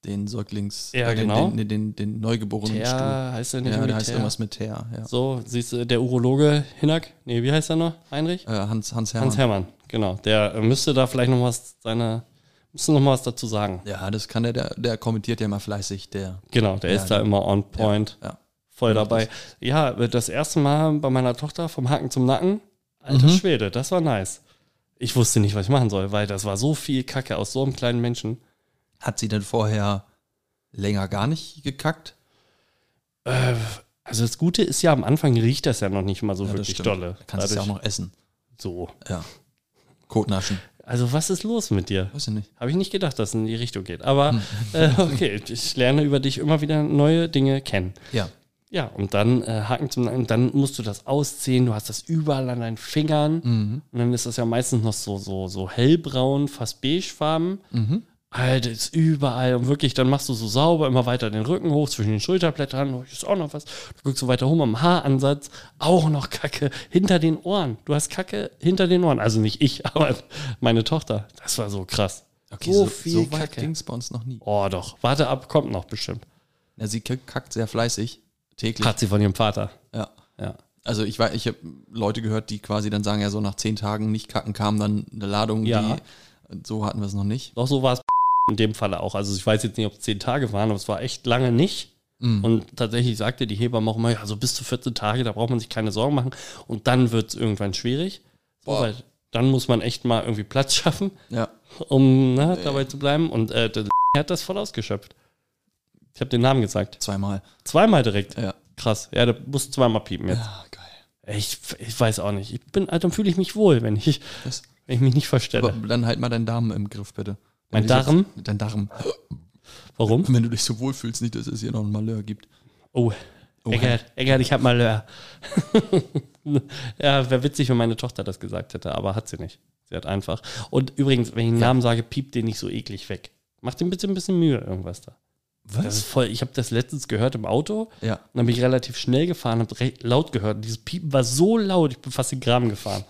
[SPEAKER 2] den Säuglings...
[SPEAKER 1] Ja,
[SPEAKER 2] äh, den,
[SPEAKER 1] genau.
[SPEAKER 2] Den, den, den neugeborenen Stuhl.
[SPEAKER 1] Der heißt ja nicht
[SPEAKER 2] Ja, der heißt
[SPEAKER 1] Militär.
[SPEAKER 2] irgendwas mit Ter. Ja.
[SPEAKER 1] So, siehst du, der Urologe Hinak, nee, wie heißt er noch? Heinrich?
[SPEAKER 2] Äh, Hans, Hans Hermann.
[SPEAKER 1] Hans Hermann, genau. Der äh, müsste da vielleicht noch was seiner, müsste noch mal was dazu sagen.
[SPEAKER 2] Ja, das kann der, der, der kommentiert ja immer fleißig, der.
[SPEAKER 1] Genau, der
[SPEAKER 2] Ja,
[SPEAKER 1] ist da immer on point,
[SPEAKER 2] Ja. Genau,
[SPEAKER 1] voll dabei. Ja, das erste Mal bei meiner Tochter vom Haken zum Nacken,
[SPEAKER 2] Mhm.
[SPEAKER 1] alter Schwede, das war nice. Ich wusste nicht, was ich machen soll, weil das war so viel Kacke aus so einem kleinen Menschen.
[SPEAKER 2] Hat sie denn vorher länger gar nicht gekackt?
[SPEAKER 1] Äh, also das Gute ist ja, am Anfang riecht das ja noch nicht mal so
[SPEAKER 2] Ja, das
[SPEAKER 1] wirklich
[SPEAKER 2] stimmt.
[SPEAKER 1] dolle.
[SPEAKER 2] Da kannst du es ja auch
[SPEAKER 1] Dadurch-
[SPEAKER 2] noch essen.
[SPEAKER 1] so.
[SPEAKER 2] Ja. Kotnaschen.
[SPEAKER 1] Also was ist los mit dir?
[SPEAKER 2] Weiß ich nicht.
[SPEAKER 1] Habe ich nicht gedacht, dass es in die Richtung geht. Aber
[SPEAKER 2] Hm.
[SPEAKER 1] äh, okay, ich lerne über dich immer wieder neue Dinge kennen.
[SPEAKER 2] Ja.
[SPEAKER 1] Ja, und dann äh, Haken zum Nacken, dann musst du das ausziehen, du hast das überall an deinen Fingern und dann ist das ja meistens noch so, so, so hellbraun, fast beigefarben. Alter, ist überall und wirklich, dann machst du so sauber immer weiter den Rücken hoch, zwischen den Schulterblättern, oh, hier ist auch noch was. Dann guckst du weiter rum am Haaransatz, auch noch Kacke hinter den Ohren. Du hast Kacke hinter den Ohren, also nicht ich, aber meine Tochter. Das war so krass.
[SPEAKER 2] Okay,
[SPEAKER 1] so,
[SPEAKER 2] so,
[SPEAKER 1] viel
[SPEAKER 2] so weit
[SPEAKER 1] Kacke.
[SPEAKER 2] ging es bei uns noch nie.
[SPEAKER 1] Oh doch, warte ab, kommt noch bestimmt.
[SPEAKER 2] Ja, sie k- kackt sehr fleißig. Täglich.
[SPEAKER 1] Hat sie von ihrem Vater.
[SPEAKER 2] Ja.
[SPEAKER 1] Ja.
[SPEAKER 2] Also ich weiß, ich habe Leute gehört, die quasi dann sagen, ja, so nach zehn Tagen nicht kacken kam dann eine Ladung,
[SPEAKER 1] Ja.
[SPEAKER 2] die so hatten wir es noch nicht.
[SPEAKER 1] Doch so war es in dem Falle auch. Also ich weiß jetzt nicht, ob es zehn Tage waren, aber es war echt lange nicht.
[SPEAKER 2] Mhm.
[SPEAKER 1] Und tatsächlich sagte die Hebamme auch immer, ja, so bis zu 14 Tage, da braucht man sich keine Sorgen machen. Und dann wird es irgendwann schwierig. So,
[SPEAKER 2] Boah.
[SPEAKER 1] weil dann muss man echt mal irgendwie Platz schaffen,
[SPEAKER 2] Ja.
[SPEAKER 1] um ne, dabei zu bleiben. Und äh, der hat das voll ausgeschöpft. Ich habe den Namen gesagt.
[SPEAKER 2] Zweimal.
[SPEAKER 1] Zweimal direkt.
[SPEAKER 2] Ja.
[SPEAKER 1] Krass. Ja, der muss zweimal piepen jetzt.
[SPEAKER 2] Ja, Ah, geil.
[SPEAKER 1] Ich, ich weiß auch nicht. Ich bin, also dann fühle ich mich wohl, wenn ich,
[SPEAKER 2] Das,
[SPEAKER 1] wenn ich mich nicht verstelle.
[SPEAKER 2] aber dann halt mal deinen Darm im Griff, bitte.
[SPEAKER 1] Mein
[SPEAKER 2] Wenn du dich
[SPEAKER 1] Darm?
[SPEAKER 2] Jetzt, dein Darm.
[SPEAKER 1] Warum?
[SPEAKER 2] Wenn du dich so wohlfühlst, nicht, dass es hier noch einen Malheur gibt.
[SPEAKER 1] Oh,
[SPEAKER 2] Oh,
[SPEAKER 1] Eckert, Eckert, ich hab Malheur. ja, wäre witzig, wenn meine Tochter das gesagt hätte, aber hat sie nicht. Sie hat einfach. Und übrigens, wenn ich einen Namen sage, piept den nicht so eklig weg. Macht ihm bitte ein bisschen Mühe, irgendwas da. Das ist voll, ich habe das letztens gehört im Auto.
[SPEAKER 2] Ja.
[SPEAKER 1] Und dann bin ich relativ schnell gefahren, habe recht laut gehört. Und dieses Piepen war so laut, ich bin fast in den Graben gefahren.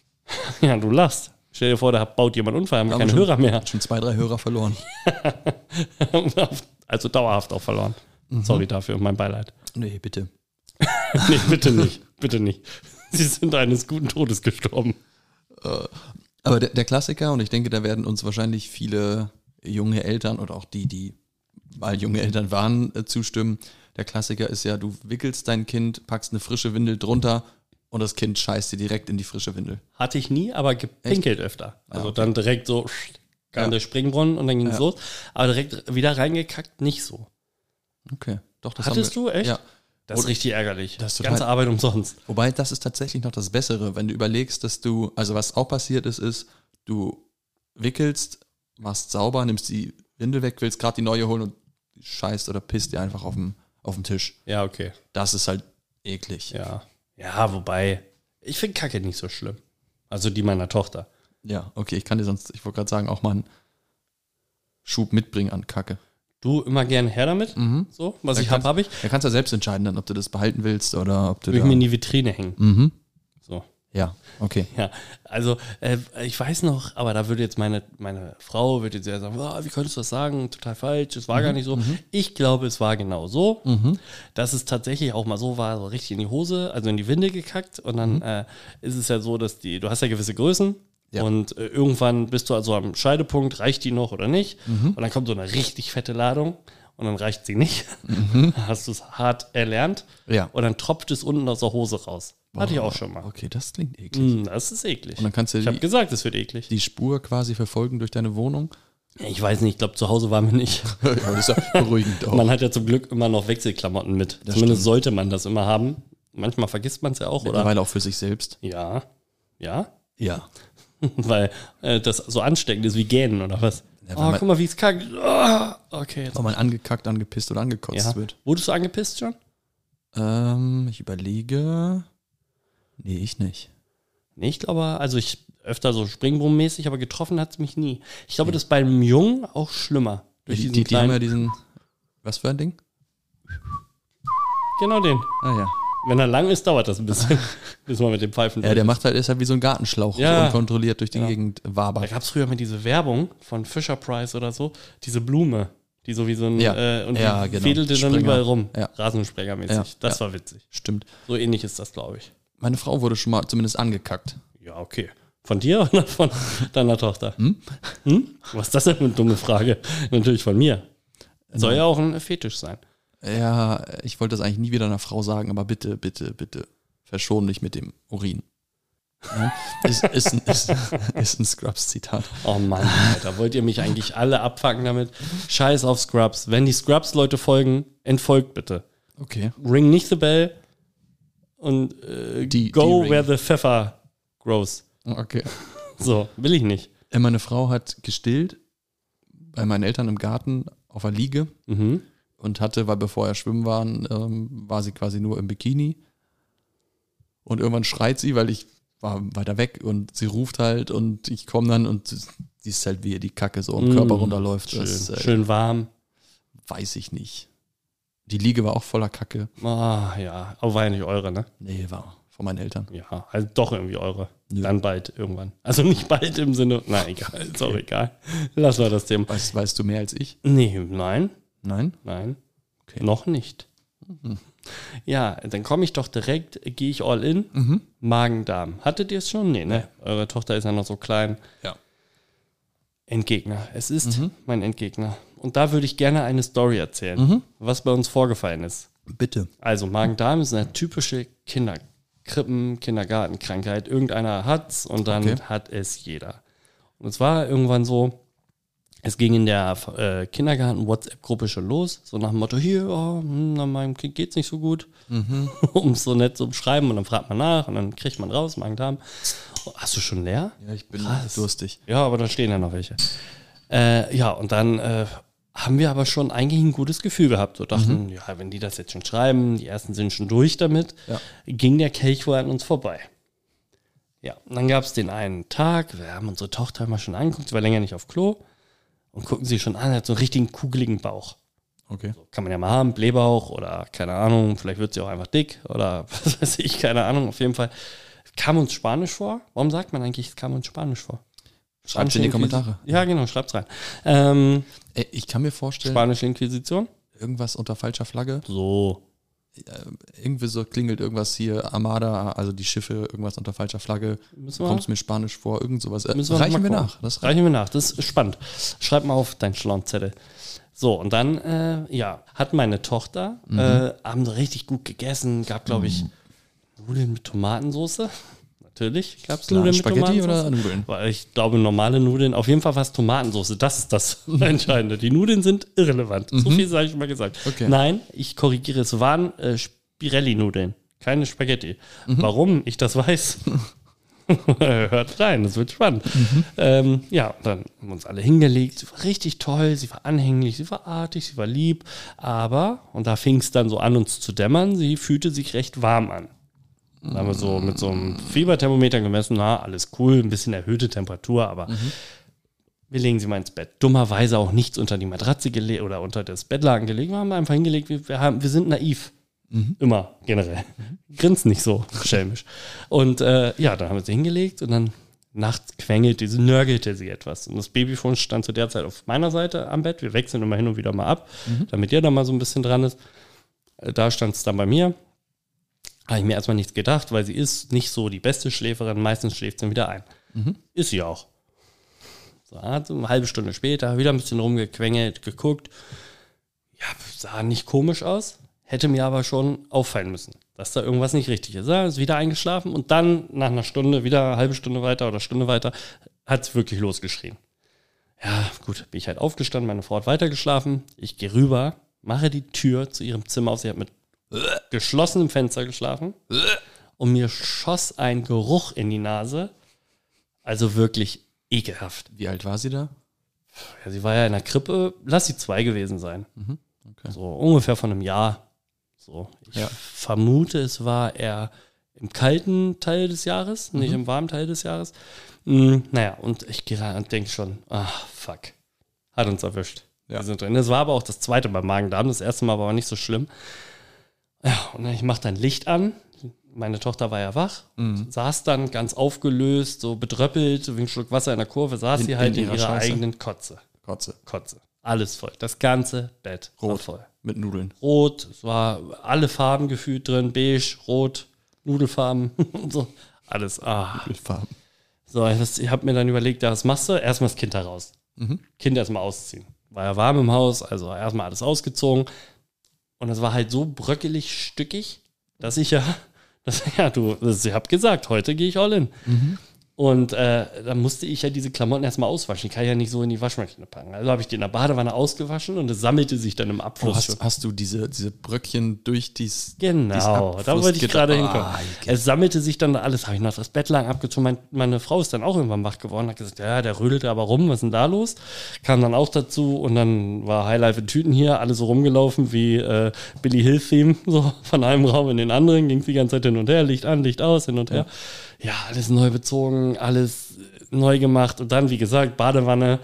[SPEAKER 1] ja, du lachst. Stell dir vor, da hat- baut jemand einen Unfall, haben wir
[SPEAKER 2] Haben
[SPEAKER 1] keine
[SPEAKER 2] schon-
[SPEAKER 1] Hörer mehr.
[SPEAKER 2] Hat schon zwei, drei Hörer verloren.
[SPEAKER 1] also dauerhaft auch verloren.
[SPEAKER 2] Mhm.
[SPEAKER 1] Sorry dafür, mein Beileid.
[SPEAKER 2] Nee, bitte.
[SPEAKER 1] Nee, bitte nicht. Bitte nicht. Sie sind eines guten Todes gestorben.
[SPEAKER 2] Aber der, der Klassiker, und ich denke, da werden uns wahrscheinlich viele junge Eltern oder auch die, die mal junge Eltern waren, äh, zustimmen. Der Klassiker ist ja, du wickelst dein Kind, packst eine frische Windel drunter und das Kind scheißt dir direkt in die frische Windel.
[SPEAKER 1] Hatte ich nie, aber gepinkelt öfter. Also
[SPEAKER 2] Ah, okay.
[SPEAKER 1] dann direkt so, psch, kam
[SPEAKER 2] Ja.
[SPEAKER 1] der Springbrunnen und dann ging es
[SPEAKER 2] Ja.
[SPEAKER 1] los. Aber direkt wieder reingekackt, nicht so.
[SPEAKER 2] Okay. Doch, das
[SPEAKER 1] Hattest
[SPEAKER 2] haben
[SPEAKER 1] du
[SPEAKER 2] wir.
[SPEAKER 1] echt?
[SPEAKER 2] Ja.
[SPEAKER 1] Das ist richtig ärgerlich.
[SPEAKER 2] Das ist total-
[SPEAKER 1] Ganze Arbeit umsonst.
[SPEAKER 2] Wobei, das ist tatsächlich noch das Bessere, wenn du überlegst, dass du, also was auch passiert ist, ist, du wickelst, machst sauber, nimmst die Windel weg, willst gerade die neue holen und scheißt oder pisst dir einfach auf dem, auf dem Tisch.
[SPEAKER 1] Ja, okay.
[SPEAKER 2] Das ist halt eklig.
[SPEAKER 1] Ja. Ja, wobei, ich finde Kacke nicht so schlimm. Also die meiner Tochter.
[SPEAKER 2] Ja, okay, ich kann dir sonst, ich wollte gerade sagen, auch mal einen Schub mitbringen an Kacke.
[SPEAKER 1] Du immer gerne her damit.
[SPEAKER 2] Mhm.
[SPEAKER 1] So, was
[SPEAKER 2] Dann
[SPEAKER 1] ich habe,
[SPEAKER 2] kannst-
[SPEAKER 1] habe ich.
[SPEAKER 2] Da kannst du ja selbst entscheiden, dann, ob du das behalten willst oder ob du
[SPEAKER 1] Will ich
[SPEAKER 2] da,
[SPEAKER 1] mir in die Vitrine hängen.
[SPEAKER 2] Mhm.
[SPEAKER 1] So.
[SPEAKER 2] Ja, okay.
[SPEAKER 1] Ja, also äh, ich weiß noch, aber da würde jetzt meine, meine Frau würde jetzt ja sagen, "Ah, wie konntest du das sagen? Total falsch, es war
[SPEAKER 2] Mhm,
[SPEAKER 1] gar nicht so. Ich glaube, es war genau so, dass es tatsächlich auch mal so war, so richtig in die Hose, also in die Winde gekackt. Und
[SPEAKER 2] Mhm.
[SPEAKER 1] dann äh, ist es ja so, dass die, du hast ja gewisse Größen.
[SPEAKER 2] Ja.
[SPEAKER 1] Und äh, irgendwann bist du also am Scheidepunkt, reicht die noch oder nicht?
[SPEAKER 2] Mhm.
[SPEAKER 1] Und dann kommt so eine richtig fette Ladung und dann reicht sie nicht. Hast du es hart erlernt
[SPEAKER 2] Mhm. Ja.
[SPEAKER 1] und dann tropft es unten aus der Hose raus. Hatte ich auch schon mal.
[SPEAKER 2] Okay, Hm, das klingt eklig.
[SPEAKER 1] Mm, Das ist eklig.
[SPEAKER 2] Und dann kannst du
[SPEAKER 1] Ich habe
[SPEAKER 2] die,
[SPEAKER 1] gesagt, es wird eklig.
[SPEAKER 2] die Spur quasi verfolgen durch deine Wohnung.
[SPEAKER 1] Ich weiß nicht, ich glaube, zu Hause waren wir nicht.
[SPEAKER 2] ja, das ist ja beruhigend auch.
[SPEAKER 1] Man hat ja zum Glück immer noch Wechselklamotten mit.
[SPEAKER 2] Das
[SPEAKER 1] Zumindest
[SPEAKER 2] stimmt.
[SPEAKER 1] sollte man das immer haben. Manchmal vergisst man es ja auch, oder?
[SPEAKER 2] Mittlerweile auch für sich selbst.
[SPEAKER 1] Ja. Ja.
[SPEAKER 2] Ja.
[SPEAKER 1] Weil äh, das so ansteckend ist wie Gähnen oder was.
[SPEAKER 2] Ja, weil
[SPEAKER 1] oh,
[SPEAKER 2] man-
[SPEAKER 1] guck mal, wie es kackt. Ah, okay. Jetzt.
[SPEAKER 2] Ob man angekackt, angepisst oder angekotzt
[SPEAKER 1] Ja.
[SPEAKER 2] wird.
[SPEAKER 1] Wurdest du angepisst schon?
[SPEAKER 2] Ähm, ich überlege. Nee, ich nicht.
[SPEAKER 1] Nee, ich glaube, also ich öfter so Springbrunnen-mäßig, aber getroffen hat es mich nie. Ich glaube, das ist bei einem Jungen auch schlimmer. Durch
[SPEAKER 2] die,
[SPEAKER 1] diesen
[SPEAKER 2] die, die haben
[SPEAKER 1] kleinen,
[SPEAKER 2] ja diesen. Was für ein Ding?
[SPEAKER 1] genau den.
[SPEAKER 2] Ah ja.
[SPEAKER 1] Wenn er lang ist, dauert das ein bisschen, bis man mit dem Pfeifen
[SPEAKER 2] Ja,
[SPEAKER 1] durch
[SPEAKER 2] der
[SPEAKER 1] ist.
[SPEAKER 2] macht halt, ist halt wie so ein Gartenschlauch,
[SPEAKER 1] Ja.
[SPEAKER 2] so unkontrolliert durch die
[SPEAKER 1] Ja.
[SPEAKER 2] Gegend
[SPEAKER 1] Da
[SPEAKER 2] wabert.
[SPEAKER 1] gab es früher mal diese Werbung von Fisher Price oder so, diese Blume, die so wie so ein
[SPEAKER 2] Ja.
[SPEAKER 1] äh, und
[SPEAKER 2] Ja,
[SPEAKER 1] die
[SPEAKER 2] genau.
[SPEAKER 1] wedelte dann
[SPEAKER 2] Springer.
[SPEAKER 1] überall rum.
[SPEAKER 2] Ja.
[SPEAKER 1] Rasensprechermäßig.
[SPEAKER 2] Ja.
[SPEAKER 1] Das
[SPEAKER 2] Ja.
[SPEAKER 1] war witzig.
[SPEAKER 2] Stimmt.
[SPEAKER 1] So ähnlich ist das, glaube ich.
[SPEAKER 2] Meine Frau wurde schon mal zumindest angekackt.
[SPEAKER 1] Ja, okay. Von dir oder von deiner Tochter? Hm? Was ist das denn für eine dumme Frage? Natürlich von mir. Soll ja auch ein Fetisch sein.
[SPEAKER 2] Ja, ich wollte das eigentlich nie wieder einer Frau sagen, aber bitte, bitte, bitte, verschon mich mit dem Urin. Nein, ist, ist, ein- ist, ist ein Scrubs-Zitat.
[SPEAKER 1] Oh Mann, Alter, wollt ihr mich eigentlich alle abfacken damit? Scheiß auf Scrubs. Wenn die Scrubs-Leute folgen, entfolgt bitte.
[SPEAKER 2] Okay.
[SPEAKER 1] Ring nicht the bell und äh,
[SPEAKER 2] Die-
[SPEAKER 1] go
[SPEAKER 2] die
[SPEAKER 1] where
[SPEAKER 2] ring.
[SPEAKER 1] the pfeffer grows.
[SPEAKER 2] Okay.
[SPEAKER 1] So, will ich nicht.
[SPEAKER 2] Äh, Meine Frau hat gestillt bei meinen Eltern im Garten auf der Liege
[SPEAKER 1] Mhm.
[SPEAKER 2] und hatte, weil bevor er schwimmen waren, ähm, war sie quasi nur im Bikini. Und irgendwann schreit sie, weil ich war weiter weg und sie ruft halt und ich komme dann und sie- siehst halt, wie ihr die Kacke so am
[SPEAKER 1] Mm,
[SPEAKER 2] Körper runterläuft.
[SPEAKER 1] Schön,
[SPEAKER 2] Das äh,
[SPEAKER 1] schön warm.
[SPEAKER 2] weiß ich nicht. Die Liege war auch voller Kacke.
[SPEAKER 1] Ah, ja. Aber war ja nicht eure, ne?
[SPEAKER 2] Nee, war von meinen Eltern.
[SPEAKER 1] Ja, also doch irgendwie eure.
[SPEAKER 2] Nö.
[SPEAKER 1] Dann bald irgendwann. Also nicht bald im Sinne. Nein, egal. Ist auch egal. Lass mal das Thema.
[SPEAKER 2] Weißt, weißt du mehr als ich?
[SPEAKER 1] Nee, nein,
[SPEAKER 2] Nein?
[SPEAKER 1] nein.
[SPEAKER 2] Okay. Mhm.
[SPEAKER 1] Noch nicht. Ja, dann komme ich doch direkt, gehe ich all in.
[SPEAKER 2] Mhm.
[SPEAKER 1] Magen-Darm. Hattet ihr es schon? Nee, ne? Eure Tochter ist ja noch so klein.
[SPEAKER 2] Ja.
[SPEAKER 1] Endgegner. Es ist mein Endgegner. Und da würde ich gerne eine Story erzählen, was bei uns vorgefallen ist.
[SPEAKER 2] Bitte.
[SPEAKER 1] Also Magen-Darm ist eine typische Kinderkrippen, Kindergartenkrankheit. Irgendeiner hat's und dann
[SPEAKER 2] Okay.
[SPEAKER 1] hat es jeder. Und es war irgendwann so, es ging in der äh, Kindergarten-WhatsApp-Gruppe schon los, so nach dem Motto, hier, oh, hm, an meinem Kind geht's nicht so gut, um es so nett zu beschreiben und dann fragt man nach und dann kriegt man raus, Magen-Darm. Oh, hast du schon leer?
[SPEAKER 2] Ja, ich bin
[SPEAKER 1] Krass.
[SPEAKER 2] durstig.
[SPEAKER 1] Ja, aber da stehen ja noch welche. Äh, ja, und dann äh, haben wir aber schon eigentlich ein gutes Gefühl gehabt. So dachten, ja, wenn die das jetzt schon schreiben, die ersten sind schon durch damit,
[SPEAKER 2] Ja.
[SPEAKER 1] ging der Kelch wohl an uns vorbei. Ja, und dann gab es den einen Tag, wir haben unsere Tochter mal schon angeguckt, sie war länger nicht auf Klo und gucken sie schon an, hat so einen richtigen kugeligen Bauch.
[SPEAKER 2] Okay.
[SPEAKER 1] Kann man ja mal haben, Blähbauch oder keine Ahnung, vielleicht wird sie auch einfach dick oder was weiß ich, keine Ahnung. Auf jeden Fall kam uns Spanisch vor. Warum sagt man eigentlich, es kam uns Spanisch vor?
[SPEAKER 2] Schreibt in die
[SPEAKER 1] Inquisi-
[SPEAKER 2] Kommentare.
[SPEAKER 1] Ja, genau, schreibt's rein. Ähm,
[SPEAKER 2] Ey, Äh, ich kann mir vorstellen,
[SPEAKER 1] Spanische Inquisition.
[SPEAKER 2] irgendwas unter falscher Flagge.
[SPEAKER 1] So.
[SPEAKER 2] Irgendwie so klingelt irgendwas hier, Armada, also die Schiffe, irgendwas unter falscher Flagge.
[SPEAKER 1] Müssen wir,
[SPEAKER 2] Kommt es mir spanisch vor, irgend sowas. Äh,
[SPEAKER 1] müssen wir
[SPEAKER 2] reichen
[SPEAKER 1] noch mal
[SPEAKER 2] wir
[SPEAKER 1] gucken.
[SPEAKER 2] nach. Das reicht.
[SPEAKER 1] Reichen wir nach, das ist spannend. Schreib mal auf deinen schlauen Zettel. So, und dann,
[SPEAKER 2] Mhm.
[SPEAKER 1] äh, ja, hat meine Tochter äh, abends richtig gut gegessen, gab, glaube ich,
[SPEAKER 2] Mhm.
[SPEAKER 1] Nudeln mit Tomatensoße? Natürlich gab es
[SPEAKER 2] Klar,
[SPEAKER 1] Nudeln mit
[SPEAKER 2] Spaghetti
[SPEAKER 1] Tomatensoße.
[SPEAKER 2] oder Nudeln?
[SPEAKER 1] Weil ich glaube, normale Nudeln, auf jeden Fall war es Tomatensoße. Das ist das Entscheidende. Die Nudeln sind irrelevant. So viel habe ich schon mal gesagt.
[SPEAKER 2] Mhm. Okay.
[SPEAKER 1] Nein, ich korrigiere, es waren äh, Spirelli-Nudeln, keine Spaghetti.
[SPEAKER 2] Mhm.
[SPEAKER 1] Warum ich das weiß, hört rein, das wird spannend.
[SPEAKER 2] Mhm.
[SPEAKER 1] Ähm, ja, dann haben wir uns alle hingelegt. Sie war richtig toll, sie war anhänglich, sie war artig, sie war lieb. Aber, und da fing es dann so an, uns zu dämmern, sie fühlte sich recht warm an. Da haben wir so mit so einem Fieberthermometer gemessen, na, alles cool, ein bisschen erhöhte Temperatur, aber wir legen sie mal ins Bett. Dummerweise auch nichts unter die Matratze gelegt oder unter das Bettlaken gelegt. Wir haben einfach hingelegt, wir, wir, haben, wir sind naiv. Immer, generell. Grinst nicht so, schelmisch. Und äh, ja, dann haben wir sie hingelegt und dann nachts quengelte sie, nörgelte sie etwas. Und das Babyfon stand zu der Zeit auf meiner Seite am Bett. Wir wechseln immer hin und wieder mal ab, damit ihr da mal so ein bisschen dran ist. Äh, Da stand es dann bei mir. Habe ich mir erstmal nichts gedacht, weil sie ist nicht so die beste Schläferin. Meistens schläft sie wieder ein. Ist sie auch. So, hat so eine halbe Stunde später wieder ein bisschen rumgequengelt, geguckt. Ja, sah nicht komisch aus, hätte mir aber schon auffallen müssen, dass da irgendwas nicht richtig ist. Ja, ist wieder eingeschlafen und dann nach einer Stunde, wieder eine halbe Stunde weiter oder Stunde weiter, hat es wirklich losgeschrien. Ja, gut, bin ich halt aufgestanden, meine Frau hat weitergeschlafen. Ich gehe rüber, mache die Tür zu ihrem Zimmer auf. Sie hat mit geschlossenem Fenster geschlafen und mir schoss ein Geruch in die Nase. Also wirklich ekelhaft.
[SPEAKER 2] Wie alt war sie da?
[SPEAKER 1] Ja, sie war ja in der Krippe, lass sie zwei gewesen sein.
[SPEAKER 2] Mhm, Okay.
[SPEAKER 1] So ungefähr von einem Jahr. So. Ich
[SPEAKER 2] Ja.
[SPEAKER 1] vermute, es war eher im kalten Teil des Jahres, nicht
[SPEAKER 2] Mhm.
[SPEAKER 1] im warmen Teil des Jahres. Mm, naja, und ich gehe rein und denke schon, ach, fuck. Hat uns erwischt.
[SPEAKER 2] Ja.
[SPEAKER 1] Wir sind drin. Das war aber auch das zweite beim Magen-Darm. Das erste Mal war aber nicht so schlimm. Ja, und ich mache dann Licht an. Meine Tochter war ja wach,
[SPEAKER 2] Mhm.
[SPEAKER 1] saß dann ganz aufgelöst, so bedröppelt, so wie ein Schluck Wasser in der Kurve, saß
[SPEAKER 2] In-
[SPEAKER 1] sie halt in
[SPEAKER 2] in ihrer
[SPEAKER 1] ihrer
[SPEAKER 2] Scheiße?
[SPEAKER 1] eigenen Kotze.
[SPEAKER 2] Kotze.
[SPEAKER 1] Kotze. Alles voll. Das ganze Bett war
[SPEAKER 2] Rot.
[SPEAKER 1] voll.
[SPEAKER 2] Mit Nudeln.
[SPEAKER 1] Rot, es war alle Farben gefühlt drin, beige, rot, Nudelfarben und so. Alles. Ah.
[SPEAKER 2] Mit Farben.
[SPEAKER 1] So, ich, was- ich habe mir dann überlegt, ja, was machst du? Erstmal das Kind da raus.
[SPEAKER 2] Mhm.
[SPEAKER 1] Kind erstmal ausziehen. War ja warm im Haus, also erstmal alles ausgezogen. Und es war halt so bröckelig, stückig, dass ich ja, dass, ja, du, das, ich habe gesagt, heute gehe ich all in.
[SPEAKER 2] Mhm.
[SPEAKER 1] Und äh, dann musste ich ja diese Klamotten erstmal auswaschen. Die kann ich ja nicht so in die Waschmaschine packen. Also habe ich die in der Badewanne ausgewaschen und es sammelte sich dann im Abfluss.
[SPEAKER 2] Oh, hast, hast du diese, diese Bröckchen durch dies, dies
[SPEAKER 1] Genau, da
[SPEAKER 2] Abfluss
[SPEAKER 1] wollte ich
[SPEAKER 2] ged-
[SPEAKER 1] gerade
[SPEAKER 2] Ah,
[SPEAKER 1] hinkommen.
[SPEAKER 2] okay.
[SPEAKER 1] Es sammelte sich dann alles, habe ich noch das Bett lang abgezogen. Mein, meine Frau ist dann auch irgendwann wach geworden, hat gesagt, ja, der rödelte aber rum, was ist denn da los? Kam dann auch dazu und dann war Highlife in Tüten hier, alle so rumgelaufen wie äh, Billy Hill-Theme, so von einem Raum in den anderen, ging die ganze Zeit hin und her, Licht an, Licht aus, hin und her. Ja, alles neu bezogen, alles neu gemacht und dann, wie gesagt, Badewanne,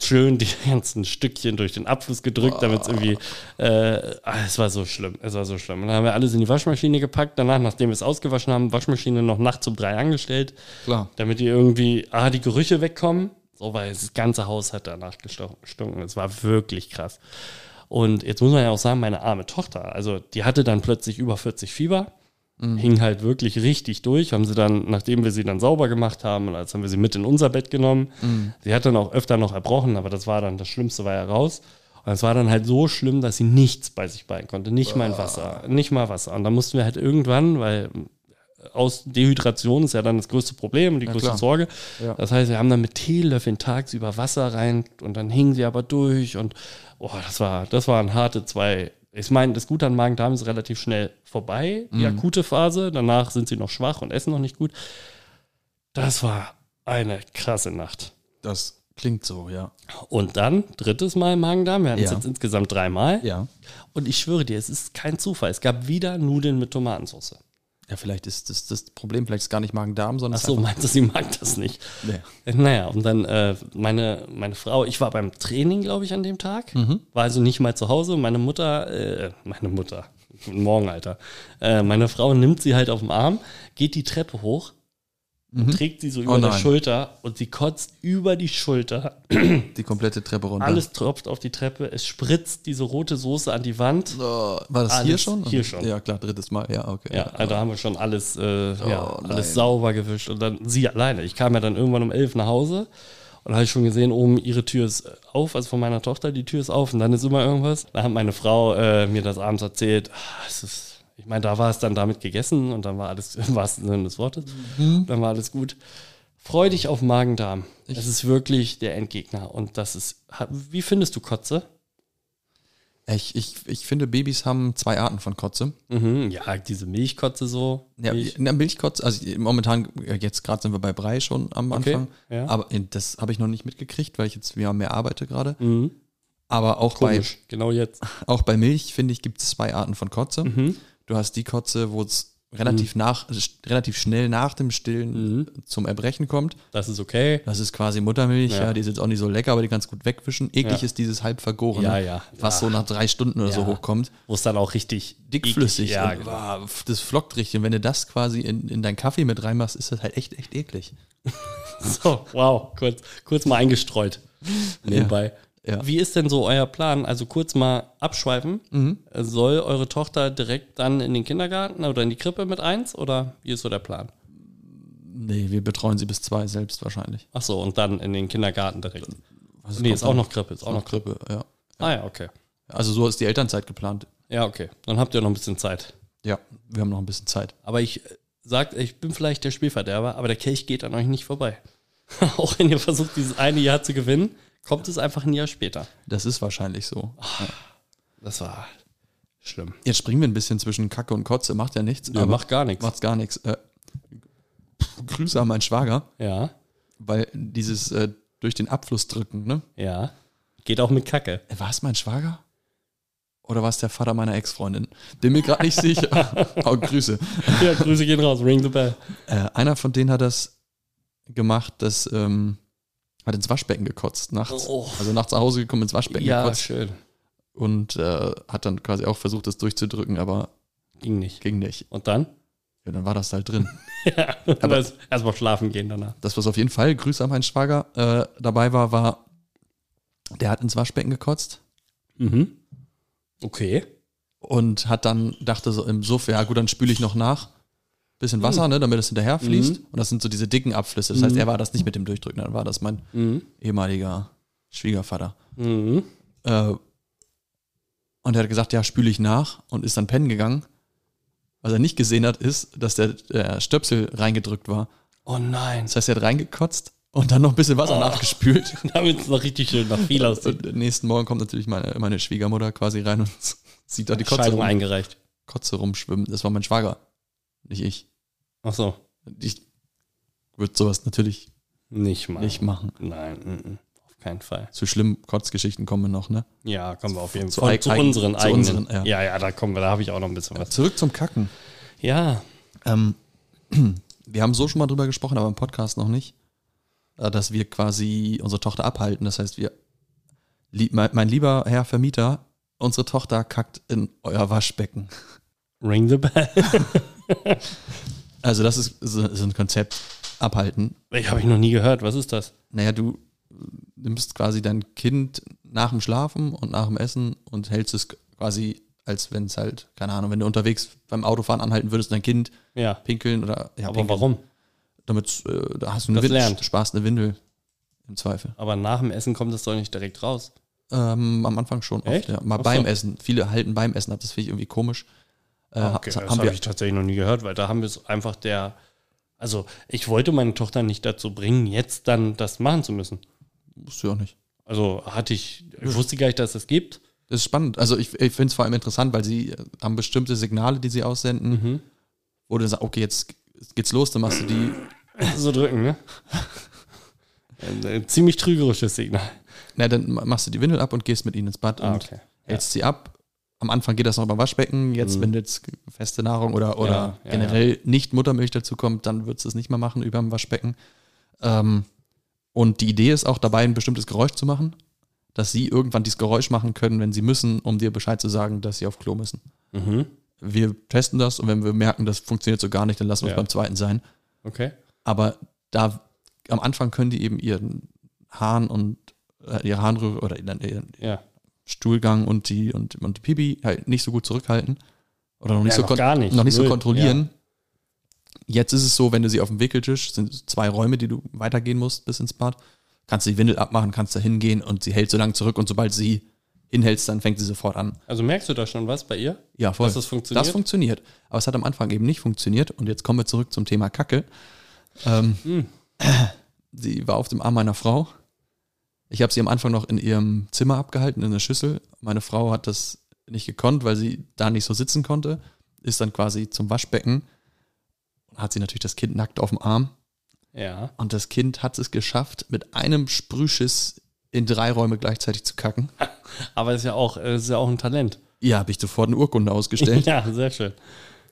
[SPEAKER 1] schön die ganzen Stückchen durch den Abfluss gedrückt, damit es irgendwie, äh, ah, es war so schlimm, es war so schlimm. Und dann haben wir alles in die Waschmaschine gepackt, danach, nachdem wir es ausgewaschen haben, Waschmaschine noch nachts um drei angestellt,
[SPEAKER 2] Klar.
[SPEAKER 1] damit die irgendwie, ah, die Gerüche wegkommen, so, weil das ganze Haus hat danach gesto- gestunken, es war wirklich krass. Und jetzt muss man ja auch sagen, meine arme Tochter, also die hatte dann plötzlich über 40 Fieber, hing halt wirklich richtig durch, haben sie dann, nachdem wir sie dann sauber gemacht haben, und als haben wir sie mit in unser Bett genommen, sie hat dann auch öfter noch erbrochen, aber das war dann, das Schlimmste war ja raus. Und es war dann halt so schlimm, dass sie nichts bei sich behalten konnte, nicht mal ein Wasser, nicht mal Wasser. Und dann mussten wir halt irgendwann, weil aus Dehydration ist ja dann das größte Problem und die größte
[SPEAKER 2] klar.
[SPEAKER 1] Sorge.
[SPEAKER 2] Ja.
[SPEAKER 1] Das heißt, wir haben dann mit Teelöffeln tagsüber Wasser rein und dann hingen sie aber durch und oh, das war, das waren harte zwei. Ich meine, das Gute an Magen-Darm ist relativ schnell vorbei, die
[SPEAKER 2] Mhm.
[SPEAKER 1] akute Phase. Danach sind sie noch schwach und essen noch nicht gut. Das war eine krasse Nacht.
[SPEAKER 2] Das klingt so, ja.
[SPEAKER 1] Und dann, drittes Mal Magen-Darm. Wir hatten es
[SPEAKER 2] Ja.
[SPEAKER 1] jetzt insgesamt dreimal.
[SPEAKER 2] Ja.
[SPEAKER 1] Und ich schwöre dir, es ist kein Zufall. Es gab wieder Nudeln mit Tomatensauce.
[SPEAKER 2] Ja, vielleicht ist das, das Problem, vielleicht ist gar nicht Magen-Darm, sondern
[SPEAKER 1] Ach so, meinst du, sie mag das nicht?
[SPEAKER 2] Nee.
[SPEAKER 1] Naja, und dann äh, meine, meine Frau, ich war beim Training, glaube ich, an dem Tag, war also nicht mal zu Hause. Meine Mutter, äh, meine Mutter, guten Morgen, Alter. Äh, meine Frau nimmt sie halt auf den Arm, geht die Treppe hoch, trägt sie so über der
[SPEAKER 2] nein.
[SPEAKER 1] Schulter und sie kotzt über die Schulter.
[SPEAKER 2] die komplette Treppe runter.
[SPEAKER 1] Alles tropft auf die Treppe, es spritzt diese rote Soße an die Wand.
[SPEAKER 2] Oh, war das
[SPEAKER 1] Alles
[SPEAKER 2] hier schon?
[SPEAKER 1] hier schon.
[SPEAKER 2] Ja, klar, drittes Mal. Ja, okay.
[SPEAKER 1] Ja, also da haben wir schon alles, äh, ja,
[SPEAKER 2] nein.
[SPEAKER 1] alles sauber gewischt und dann sie alleine. Ich kam ja dann irgendwann um elf nach Hause und habe ich schon gesehen, oben ihre Tür ist auf, also von meiner Tochter, die Tür ist auf und dann ist immer irgendwas. Da hat meine Frau äh, mir das abends erzählt, ah, es ist, Ich meine, da war es dann damit gegessen und dann war alles, im wahrsten Sinne des Wortes,
[SPEAKER 2] Mhm.
[SPEAKER 1] dann war alles gut. Freu dich auf Magen-Darm. Das ist wirklich der Endgegner. Und das ist, ha- wie findest du Kotze?
[SPEAKER 2] Ich, ich, ich finde, Babys haben zwei Arten von Kotze.
[SPEAKER 1] Mhm, ja, diese Milchkotze so.
[SPEAKER 2] Ja,
[SPEAKER 1] Milch.
[SPEAKER 2] na, Milchkotze, also momentan, äh, jetzt gerade sind wir bei Brei schon am
[SPEAKER 1] Okay,
[SPEAKER 2] Anfang.
[SPEAKER 1] ja.
[SPEAKER 2] Aber äh, das habe ich noch nicht mitgekriegt, weil ich jetzt wieder mehr arbeite gerade.
[SPEAKER 1] Mhm,
[SPEAKER 2] Aber auch bei,
[SPEAKER 1] komisch, genau jetzt.
[SPEAKER 2] auch bei Milch, finde ich, gibt es zwei Arten von Kotze.
[SPEAKER 1] Mhm.
[SPEAKER 2] Du hast die Kotze, wo es relativ, nach, also sch- relativ schnell nach dem Stillen zum Erbrechen kommt.
[SPEAKER 1] Das ist okay.
[SPEAKER 2] Das ist quasi Muttermilch, ja.
[SPEAKER 1] Mhm. Ja.
[SPEAKER 2] die ist jetzt auch nicht so lecker, aber die kannst du gut wegwischen. Eklig
[SPEAKER 1] Ja.
[SPEAKER 2] ist dieses halb vergorene,
[SPEAKER 1] Ja, ja.
[SPEAKER 2] was so nach drei Stunden oder so
[SPEAKER 1] Ja.
[SPEAKER 2] hochkommt.
[SPEAKER 1] Wo es dann auch richtig
[SPEAKER 2] Dickflüssig,
[SPEAKER 1] eklig- Ja,
[SPEAKER 2] und,
[SPEAKER 1] genau.
[SPEAKER 2] boah, pf, das flockt richtig. Und wenn du das quasi in, in deinen Kaffee mit reinmachst, ist das halt echt, echt eklig.
[SPEAKER 1] So, wow, kurz, kurz mal eingestreut. Nebenbei.
[SPEAKER 2] ja.
[SPEAKER 1] Wie ist denn so euer Plan? Also kurz mal abschweifen.
[SPEAKER 2] Mhm.
[SPEAKER 1] Äh, Soll eure Tochter direkt dann in den Kindergarten oder in die Krippe mit eins? Oder wie ist so der Plan?
[SPEAKER 2] Nee, wir betreuen sie bis zwei selbst wahrscheinlich.
[SPEAKER 1] Ach so, und dann in den Kindergarten direkt.
[SPEAKER 2] Also
[SPEAKER 1] Nee,
[SPEAKER 2] kommt
[SPEAKER 1] ist auch
[SPEAKER 2] dann-
[SPEAKER 1] noch Krippe, ist auch
[SPEAKER 2] auch
[SPEAKER 1] noch
[SPEAKER 2] noch
[SPEAKER 1] Krippe.
[SPEAKER 2] Krippe, ja.
[SPEAKER 1] Ah ja, okay.
[SPEAKER 2] Also so ist die Elternzeit geplant.
[SPEAKER 1] Ja, okay. Dann habt ihr noch ein bisschen Zeit.
[SPEAKER 2] Ja, wir haben noch ein bisschen Zeit.
[SPEAKER 1] Aber ich äh, sag, ich bin vielleicht der Spielverderber, aber der Kelch geht an euch nicht vorbei. Auch wenn ihr versucht, dieses eine Jahr zu gewinnen, kommt es einfach ein Jahr später.
[SPEAKER 2] Das ist wahrscheinlich so.
[SPEAKER 1] Das war schlimm.
[SPEAKER 2] Jetzt springen wir ein bisschen zwischen Kacke und Kotze, macht ja nichts.
[SPEAKER 1] Ja, macht gar nichts.
[SPEAKER 2] Macht's gar nichts. Äh, Grüße an meinen Schwager,
[SPEAKER 1] Ja,
[SPEAKER 2] weil dieses äh, durch den Abfluss drücken, ne?
[SPEAKER 1] ja. Geht auch mit Kacke.
[SPEAKER 2] War es mein Schwager? Oder war es der Vater meiner Ex-Freundin? Bin mir gerade nicht sicher. oh, Grüße.
[SPEAKER 1] Ja, Grüße gehen raus. Ring the bell.
[SPEAKER 2] Äh, einer von denen hat das gemacht, das ähm, hat ins Waschbecken gekotzt nachts.
[SPEAKER 1] Oh.
[SPEAKER 2] Also nachts nach Hause gekommen, ins Waschbecken
[SPEAKER 1] Ja,
[SPEAKER 2] gekotzt
[SPEAKER 1] schön.
[SPEAKER 2] und äh, hat dann quasi auch versucht, das durchzudrücken, aber
[SPEAKER 1] Ging nicht.
[SPEAKER 2] ging nicht.
[SPEAKER 1] Und dann?
[SPEAKER 2] Ja, dann war das halt drin.
[SPEAKER 1] Ja, aber erstmal schlafen gehen danach.
[SPEAKER 2] das, was auf jeden Fall, Grüße an meinen Schwager, äh, dabei war, war, der hat ins Waschbecken gekotzt
[SPEAKER 1] Mhm. Okay.
[SPEAKER 2] und hat dann, dachte so im Suff, ja gut, dann spüle ich noch nach.
[SPEAKER 1] Hm.
[SPEAKER 2] Bisschen Wasser, ne, damit es
[SPEAKER 1] Mhm.
[SPEAKER 2] hinterher fließt. Und das sind so diese dicken Abflüsse. Das heißt, er war das nicht mit dem Durchdrücken, dann war das mein ehemaliger Schwiegervater.
[SPEAKER 1] Mhm.
[SPEAKER 2] Äh, und er hat gesagt, ja, spüle ich nach und ist dann pennen gegangen. Was er nicht gesehen hat, ist, dass der äh, Stöpsel reingedrückt war.
[SPEAKER 1] Oh nein.
[SPEAKER 2] Das heißt, er hat reingekotzt und dann noch ein bisschen Wasser
[SPEAKER 1] Oh.
[SPEAKER 2] nachgespült.
[SPEAKER 1] Damit es noch richtig schön nach viel aussieht.
[SPEAKER 2] Und am nächsten Morgen kommt natürlich meine, meine Schwiegermutter quasi rein und sieht da die Kotze,
[SPEAKER 1] Scheidung
[SPEAKER 2] rum,
[SPEAKER 1] eingereicht.
[SPEAKER 2] Kotze rumschwimmen. Das war mein Schwager, nicht ich.
[SPEAKER 1] Ach so.
[SPEAKER 2] Ich würde sowas natürlich
[SPEAKER 1] Nicht mal.
[SPEAKER 2] nicht machen.
[SPEAKER 1] Nein, mm, mm. auf keinen Fall.
[SPEAKER 2] Zu schlimmen Kotzgeschichten kommen wir noch, ne?
[SPEAKER 1] Ja, kommen wir auf jeden
[SPEAKER 2] Zu
[SPEAKER 1] Fall
[SPEAKER 2] eig-
[SPEAKER 1] zu
[SPEAKER 2] eigen-
[SPEAKER 1] unseren
[SPEAKER 2] zu
[SPEAKER 1] eigenen.
[SPEAKER 2] unseren, ja.
[SPEAKER 1] ja. ja, da kommen wir, da habe ich auch noch ein bisschen was.
[SPEAKER 2] Zurück zum Kacken.
[SPEAKER 1] Ja,
[SPEAKER 2] Ähm, wir haben so schon mal drüber gesprochen, aber im Podcast noch nicht, äh, dass wir quasi unsere Tochter abhalten. Das heißt, wir, lie- mein, mein lieber Herr Vermieter, unsere Tochter kackt in euer Waschbecken.
[SPEAKER 1] ring the bell.
[SPEAKER 2] Also das ist so, so ein Konzept, abhalten.
[SPEAKER 1] Ich habe ich noch nie gehört. Was ist das?
[SPEAKER 2] Naja, du äh, nimmst quasi dein Kind nach dem Schlafen und nach dem Essen und hältst es quasi, als wenn es halt, keine Ahnung, wenn du unterwegs beim Autofahren anhalten würdest und dein Kind
[SPEAKER 1] Ja.
[SPEAKER 2] pinkeln oder ja,
[SPEAKER 1] Aber
[SPEAKER 2] pinkeln,
[SPEAKER 1] warum?
[SPEAKER 2] Damit äh, da hast du eine
[SPEAKER 1] Das lernt.
[SPEAKER 2] Windel, sparst eine Windel im Zweifel.
[SPEAKER 1] Aber nach dem Essen kommt das doch nicht direkt raus.
[SPEAKER 2] Ähm, am Anfang schon oft,
[SPEAKER 1] Echt?
[SPEAKER 2] ja. Mal
[SPEAKER 1] Ach so.
[SPEAKER 2] beim Essen. Viele halten beim Essen ab, das finde ich irgendwie komisch. Äh,
[SPEAKER 1] Ah, Okay,
[SPEAKER 2] ha-
[SPEAKER 1] das
[SPEAKER 2] haben
[SPEAKER 1] habe
[SPEAKER 2] wir,
[SPEAKER 1] ich tatsächlich noch nie gehört, weil da haben wir es einfach der. Also, ich wollte meine Tochter nicht dazu bringen, jetzt dann das machen zu müssen.
[SPEAKER 2] wusste ich auch nicht.
[SPEAKER 1] Also hatte ich, ich wusste gar nicht, dass es das gibt.
[SPEAKER 2] Das ist spannend. Also ich, ich finde es vor allem interessant, weil sie äh, haben bestimmte Signale, die sie aussenden,
[SPEAKER 1] Mhm.
[SPEAKER 2] wo du sagst, okay, jetzt geht's los, dann machst du die.
[SPEAKER 1] So drücken, ne? Ein, ein ziemlich trügerisches Signal.
[SPEAKER 2] Na, dann ma- machst du die Windel ab und gehst mit ihnen ins Bad
[SPEAKER 1] Ah,
[SPEAKER 2] und
[SPEAKER 1] okay.
[SPEAKER 2] hältst sie ab. Am Anfang geht das noch beim Waschbecken. Jetzt, wenn jetzt feste Nahrung oder, oder
[SPEAKER 1] Mhm. Ja, ja,
[SPEAKER 2] generell nicht Muttermilch dazu kommt, dann würdest du es nicht mehr machen über dem Waschbecken. Ähm, und die Idee ist auch dabei, ein bestimmtes Geräusch zu machen, dass sie irgendwann dieses Geräusch machen können, wenn sie müssen, um dir Bescheid zu sagen, dass sie auf Klo müssen.
[SPEAKER 1] Mhm.
[SPEAKER 2] Wir testen das und wenn wir merken, das funktioniert so gar nicht, dann lassen wir
[SPEAKER 1] Ja.
[SPEAKER 2] es beim zweiten sein.
[SPEAKER 1] Okay.
[SPEAKER 2] Aber da am Anfang können die eben ihren Hahn und äh, ihre Harnröhre oder ihren, ihren,
[SPEAKER 1] Ja.
[SPEAKER 2] Stuhlgang und die und, und die Pipi halt nicht so gut zurückhalten oder noch nicht
[SPEAKER 1] Ja,
[SPEAKER 2] so
[SPEAKER 1] noch
[SPEAKER 2] kon-
[SPEAKER 1] gar nicht.
[SPEAKER 2] noch nicht so
[SPEAKER 1] Null.
[SPEAKER 2] kontrollieren. Jetzt ist es so, wenn du sie auf dem Wickeltisch sind es zwei Räume, die du weitergehen musst bis ins Bad, kannst du die Windel abmachen, kannst da hingehen und sie hält so lange zurück und sobald sie hinhältst, dann fängt sie sofort an.
[SPEAKER 1] Also merkst du da schon was bei ihr?
[SPEAKER 2] Ja, voll.
[SPEAKER 1] Dass das funktioniert?
[SPEAKER 2] Das funktioniert. Aber es hat am Anfang eben nicht funktioniert. Und jetzt kommen wir zurück zum Thema Kacke. Ähm,
[SPEAKER 1] Hm.
[SPEAKER 2] Sie war auf dem Arm meiner Frau. Ich habe sie am Anfang noch in ihrem Zimmer abgehalten, in der Schüssel. Meine Frau hat das nicht gekonnt, weil sie da nicht so sitzen konnte. Ist dann quasi zum Waschbecken. Hat sie natürlich das Kind nackt auf dem Arm.
[SPEAKER 1] Ja.
[SPEAKER 2] Und das Kind hat es geschafft, mit einem Sprühschiss in drei Räume gleichzeitig zu kacken.
[SPEAKER 1] Aber ist ja auch, äh, ist ja auch ein Talent.
[SPEAKER 2] Ja, habe ich sofort eine Urkunde ausgestellt.
[SPEAKER 1] Ja, sehr schön.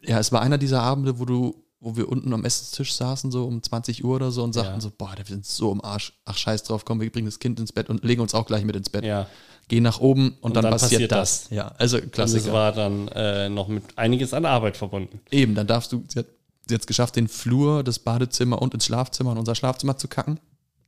[SPEAKER 2] Ja, es war einer dieser Abende, wo du, wo wir unten am Essenstisch saßen, so um 20 Uhr oder so und sagten
[SPEAKER 1] Ja.
[SPEAKER 2] so, boah, wir sind so im Arsch, ach scheiß drauf, komm, wir bringen das Kind ins Bett und legen uns auch gleich mit ins Bett.
[SPEAKER 1] Ja.
[SPEAKER 2] Gehen nach oben und, dann,
[SPEAKER 1] dann
[SPEAKER 2] passiert,
[SPEAKER 1] passiert
[SPEAKER 2] das. Ja, also
[SPEAKER 1] Das
[SPEAKER 2] Klassiker.
[SPEAKER 1] war dann äh, noch mit einiges an Arbeit verbunden.
[SPEAKER 2] Eben, dann darfst du, sie hat sie hat's geschafft, den Flur, das Badezimmer und ins Schlafzimmer, in unser Schlafzimmer zu kacken.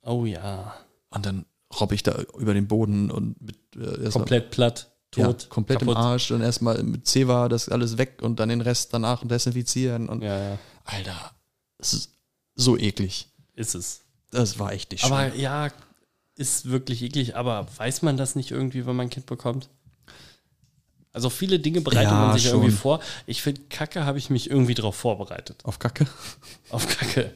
[SPEAKER 1] Oh ja.
[SPEAKER 2] Und dann robbe ich da über den Boden und mit äh, erstmal-
[SPEAKER 1] Komplett platt, tot,
[SPEAKER 2] ja, komplett im Arsch und erstmal mit Zewa das alles weg und dann den Rest danach desinfizieren und
[SPEAKER 1] Ja, ja.
[SPEAKER 2] Alter, es ist so eklig.
[SPEAKER 1] Ist es.
[SPEAKER 2] Das war echt nicht schön.
[SPEAKER 1] Aber ja, ist wirklich eklig. Aber weiß man das nicht irgendwie, wenn man ein Kind bekommt? Also viele Dinge bereitet
[SPEAKER 2] Ja,
[SPEAKER 1] man sich ja irgendwie
[SPEAKER 2] schon.
[SPEAKER 1] vor. Ich finde, Kacke habe ich mich irgendwie drauf vorbereitet.
[SPEAKER 2] auf Kacke.
[SPEAKER 1] Auf Kacke.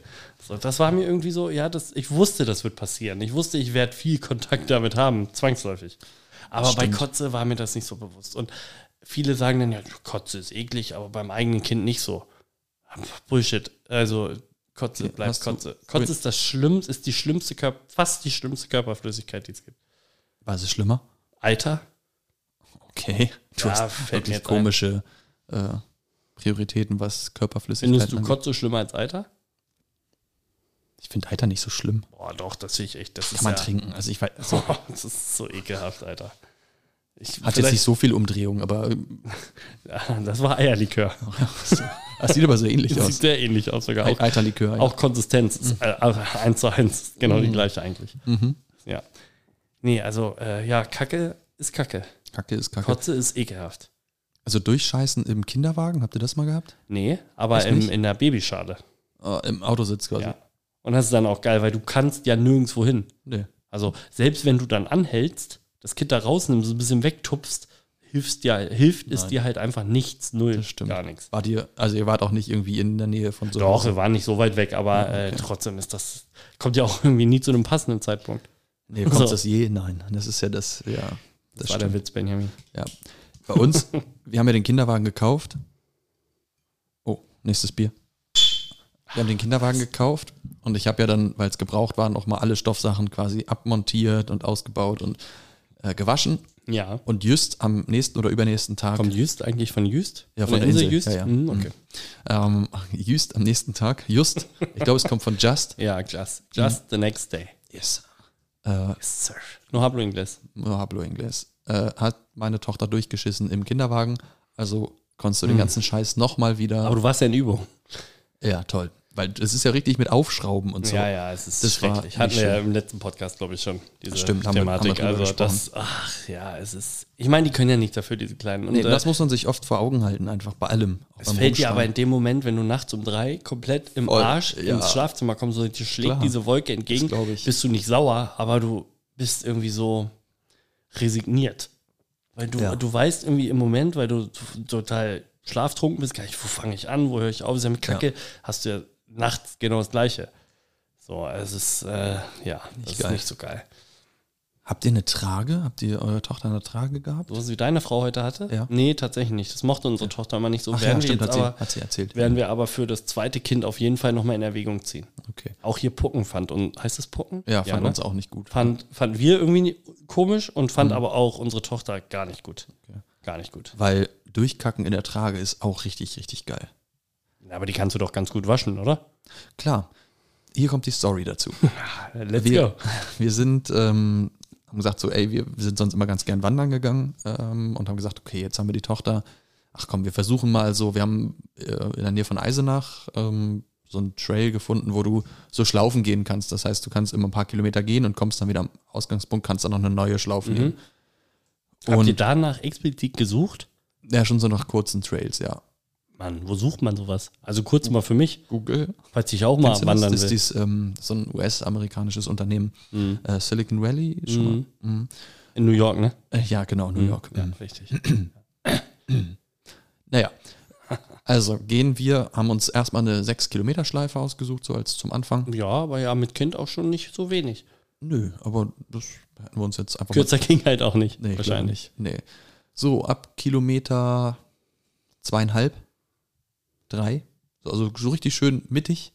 [SPEAKER 1] So, das war mir irgendwie so, ja, das, ich wusste, das wird passieren. Ich wusste, ich werde viel Kontakt damit haben, zwangsläufig. Aber bei
[SPEAKER 2] Stimmt.
[SPEAKER 1] Kotze war mir das nicht so bewusst. Und viele sagen dann, ja, Kotze ist eklig, aber beim eigenen Kind nicht so. Bullshit. Also Kotze
[SPEAKER 2] Okay,
[SPEAKER 1] bleibt
[SPEAKER 2] hast du-
[SPEAKER 1] Kotze. Kotze ist das schlimmste, ist die schlimmste Körper, fast die schlimmste Körperflüssigkeit, die es gibt.
[SPEAKER 2] War es schlimmer?
[SPEAKER 1] Alter?
[SPEAKER 2] Okay. Du
[SPEAKER 1] Ja, fällt
[SPEAKER 2] hast
[SPEAKER 1] mir
[SPEAKER 2] wirklich
[SPEAKER 1] jetzt
[SPEAKER 2] komische äh, Prioritäten, was Körperflüssigkeit
[SPEAKER 1] Findest du
[SPEAKER 2] angeht.
[SPEAKER 1] Kotze schlimmer als Alter?
[SPEAKER 2] Ich finde Eiter nicht so schlimm.
[SPEAKER 1] Boah, doch, das sehe ich echt. Das
[SPEAKER 2] Kann
[SPEAKER 1] ist
[SPEAKER 2] man
[SPEAKER 1] ja,
[SPEAKER 2] trinken. Also ich weiß, also,
[SPEAKER 1] Boah, das ist so ekelhaft, Alter. Ich,
[SPEAKER 2] hat jetzt
[SPEAKER 1] vielleicht-
[SPEAKER 2] nicht so viel Umdrehung, aber ähm,
[SPEAKER 1] Ah, Das war Eierlikör.
[SPEAKER 2] das sieht aber so ähnlich
[SPEAKER 1] Das sieht
[SPEAKER 2] aus.
[SPEAKER 1] sehr ähnlich aus sogar. Auch,
[SPEAKER 2] Eiterlikör. ja.
[SPEAKER 1] auch Konsistenz ist äh, also eins zu eins ist genau die gleiche eigentlich.
[SPEAKER 2] Mhm.
[SPEAKER 1] Ja. Nee, also äh, ja, Kacke ist Kacke.
[SPEAKER 2] Kacke ist Kacke.
[SPEAKER 1] Kotze ist ekelhaft.
[SPEAKER 2] Also durchscheißen im Kinderwagen, habt ihr das mal gehabt?
[SPEAKER 1] Nee, aber
[SPEAKER 2] Echt
[SPEAKER 1] im,
[SPEAKER 2] nicht?
[SPEAKER 1] in der Babyschale.
[SPEAKER 2] Äh, Im Autositz quasi.
[SPEAKER 1] Ja. Und das ist dann auch geil, weil du kannst ja nirgendwo hin.
[SPEAKER 2] Nee.
[SPEAKER 1] Also selbst wenn du dann anhältst, das Kind da rausnimmst, so ein bisschen wegtupfst, hilfst dir, hilft es
[SPEAKER 2] Nein.
[SPEAKER 1] dir halt einfach nichts, null,
[SPEAKER 2] Das stimmt.
[SPEAKER 1] gar nichts.
[SPEAKER 2] Wart ihr, also ihr wart auch nicht irgendwie in der Nähe von so
[SPEAKER 1] Doch, wir waren nicht so weit weg, aber äh, trotzdem ist das, kommt ja auch irgendwie nie zu einem passenden Zeitpunkt.
[SPEAKER 2] Nee, kommt
[SPEAKER 1] So.
[SPEAKER 2] das je? Nein. Das ist ja das, ja. Das,
[SPEAKER 1] Also Das, war der Witz, Benjamin.
[SPEAKER 2] Ja. Bei uns, wir haben ja den Kinderwagen gekauft. Oh, nächstes Bier. Wir haben den Kinderwagen gekauft und ich habe ja dann, weil es gebraucht war, nochmal alle Stoffsachen quasi abmontiert und ausgebaut und äh, gewaschen.
[SPEAKER 1] Ja.
[SPEAKER 2] Und just am nächsten oder übernächsten Tag,
[SPEAKER 1] Kommt Jüst eigentlich von Jüst?
[SPEAKER 2] Ja, von der Insel.
[SPEAKER 1] Jüst?
[SPEAKER 2] Ja, ja.
[SPEAKER 1] Mhm, okay.
[SPEAKER 2] ähm, just am nächsten Tag, just, ich glaube, es kommt von Just.
[SPEAKER 1] Ja, just,
[SPEAKER 2] Mhm.
[SPEAKER 1] just the next day.
[SPEAKER 2] Yes. Äh,
[SPEAKER 1] Yes, sir. No hablo inglés.
[SPEAKER 2] nur hablo inglés. Äh, hat meine Tochter durchgeschissen im Kinderwagen. Also konntest du den ganzen Scheiß nochmal wieder.
[SPEAKER 1] Aber du warst ja in Übung.
[SPEAKER 2] Ja, toll. Weil das ist ja richtig mit Aufschrauben und so.
[SPEAKER 1] Ja, ja, es ist
[SPEAKER 2] Das war
[SPEAKER 1] schrecklich. Hatten
[SPEAKER 2] nicht
[SPEAKER 1] wir ja
[SPEAKER 2] schön.
[SPEAKER 1] im letzten Podcast, glaube ich, schon. Diese
[SPEAKER 2] Stimmt, haben wir-
[SPEAKER 1] Thematik.
[SPEAKER 2] haben wir drüber
[SPEAKER 1] also das, ach ja, es ist. Ich meine, die können ja nicht dafür, diese Kleinen. Und,
[SPEAKER 2] Nee,
[SPEAKER 1] äh,
[SPEAKER 2] das muss man sich oft vor Augen halten, einfach bei allem. Auch
[SPEAKER 1] es
[SPEAKER 2] beim
[SPEAKER 1] fällt dir
[SPEAKER 2] Rumschreien.
[SPEAKER 1] aber in dem Moment, wenn du nachts um drei komplett im
[SPEAKER 2] Voll,
[SPEAKER 1] Arsch
[SPEAKER 2] ja.
[SPEAKER 1] ins Schlafzimmer kommst und dir schlägt
[SPEAKER 2] Klar.
[SPEAKER 1] diese Wolke entgegen,
[SPEAKER 2] Das glaub ich.
[SPEAKER 1] bist du nicht sauer, aber du bist irgendwie so resigniert. Weil du,
[SPEAKER 2] Ja.
[SPEAKER 1] du weißt irgendwie im Moment, weil du t- total schlaftrunken bist, gar nicht, wo fange ich an, wo höre ich auf, ist ja mit Kacke, hast du ja nachts genau das Gleiche. So, es ist, äh, ja, das ist
[SPEAKER 2] geil.
[SPEAKER 1] nicht so geil.
[SPEAKER 2] Habt ihr eine Trage? Habt ihr eure Tochter eine Trage gehabt?
[SPEAKER 1] So was wie deine Frau heute hatte?
[SPEAKER 2] Ja.
[SPEAKER 1] Nee, tatsächlich nicht. Das mochte unsere Tochter immer nicht so.
[SPEAKER 2] Ach
[SPEAKER 1] werden,
[SPEAKER 2] ja, stimmt,
[SPEAKER 1] wir jetzt
[SPEAKER 2] hat sie,
[SPEAKER 1] aber,
[SPEAKER 2] hat sie erzählt.
[SPEAKER 1] werden wir aber für das zweite Kind auf jeden Fall nochmal in Erwägung ziehen.
[SPEAKER 2] Okay.
[SPEAKER 1] Auch hier Pucken fand. Und heißt es Pucken?
[SPEAKER 2] Ja, fand
[SPEAKER 1] ne?
[SPEAKER 2] uns auch nicht gut.
[SPEAKER 1] fand, fand wir irgendwie nie- komisch und fand aber auch unsere Tochter gar nicht gut.
[SPEAKER 2] Okay.
[SPEAKER 1] Gar nicht gut.
[SPEAKER 2] Weil durchkacken in der Trage ist auch richtig, richtig geil.
[SPEAKER 1] Na, Aber die kannst du doch ganz gut waschen, oder?
[SPEAKER 2] Klar, hier kommt die Story dazu.
[SPEAKER 1] Let's
[SPEAKER 2] Wir, wir sind, ähm, haben gesagt so, ey, wir sind sonst immer ganz gern wandern gegangen ähm, und haben gesagt, okay, jetzt haben wir die Tochter. Ach komm, wir versuchen mal so, wir haben äh, in der Nähe von Eisenach ähm, so einen Trail gefunden, wo du so Schlaufen gehen kannst. Das heißt, du kannst immer ein paar Kilometer gehen und kommst dann wieder am Ausgangspunkt, kannst dann noch eine neue Schlaufe
[SPEAKER 1] Mhm.
[SPEAKER 2] nehmen.
[SPEAKER 1] Habt ihr
[SPEAKER 2] Und
[SPEAKER 1] danach explizit gesucht?
[SPEAKER 2] ja, schon so nach kurzen Trails, ja.
[SPEAKER 1] Mann, wo sucht man sowas? Also kurz mal für mich,
[SPEAKER 2] Google.
[SPEAKER 1] falls ich auch mal
[SPEAKER 2] Ah, Kennst du das?
[SPEAKER 1] wandern
[SPEAKER 2] Das
[SPEAKER 1] will.
[SPEAKER 2] ist dies, ähm, so ein US-amerikanisches Unternehmen,
[SPEAKER 1] Mhm.
[SPEAKER 2] äh, Silicon Valley, schon
[SPEAKER 1] Mhm.
[SPEAKER 2] mal. Mhm.
[SPEAKER 1] In New York, ne?
[SPEAKER 2] Äh, ja, genau, New York.
[SPEAKER 1] Ja,
[SPEAKER 2] Mhm.
[SPEAKER 1] richtig.
[SPEAKER 2] Naja. Also gehen wir, haben uns erstmal eine 6-Kilometer-Schleife ausgesucht, so als zum Anfang.
[SPEAKER 1] Ja, aber ja, mit Kind auch schon nicht so wenig.
[SPEAKER 2] Nö, aber das hätten wir uns jetzt einfach
[SPEAKER 1] Kürzer ging halt auch nicht,
[SPEAKER 2] mal. Nee,
[SPEAKER 1] wahrscheinlich.
[SPEAKER 2] wahrscheinlich. Nee. So, ab Kilometer zweieinhalb, drei. So, Also so richtig schön mittig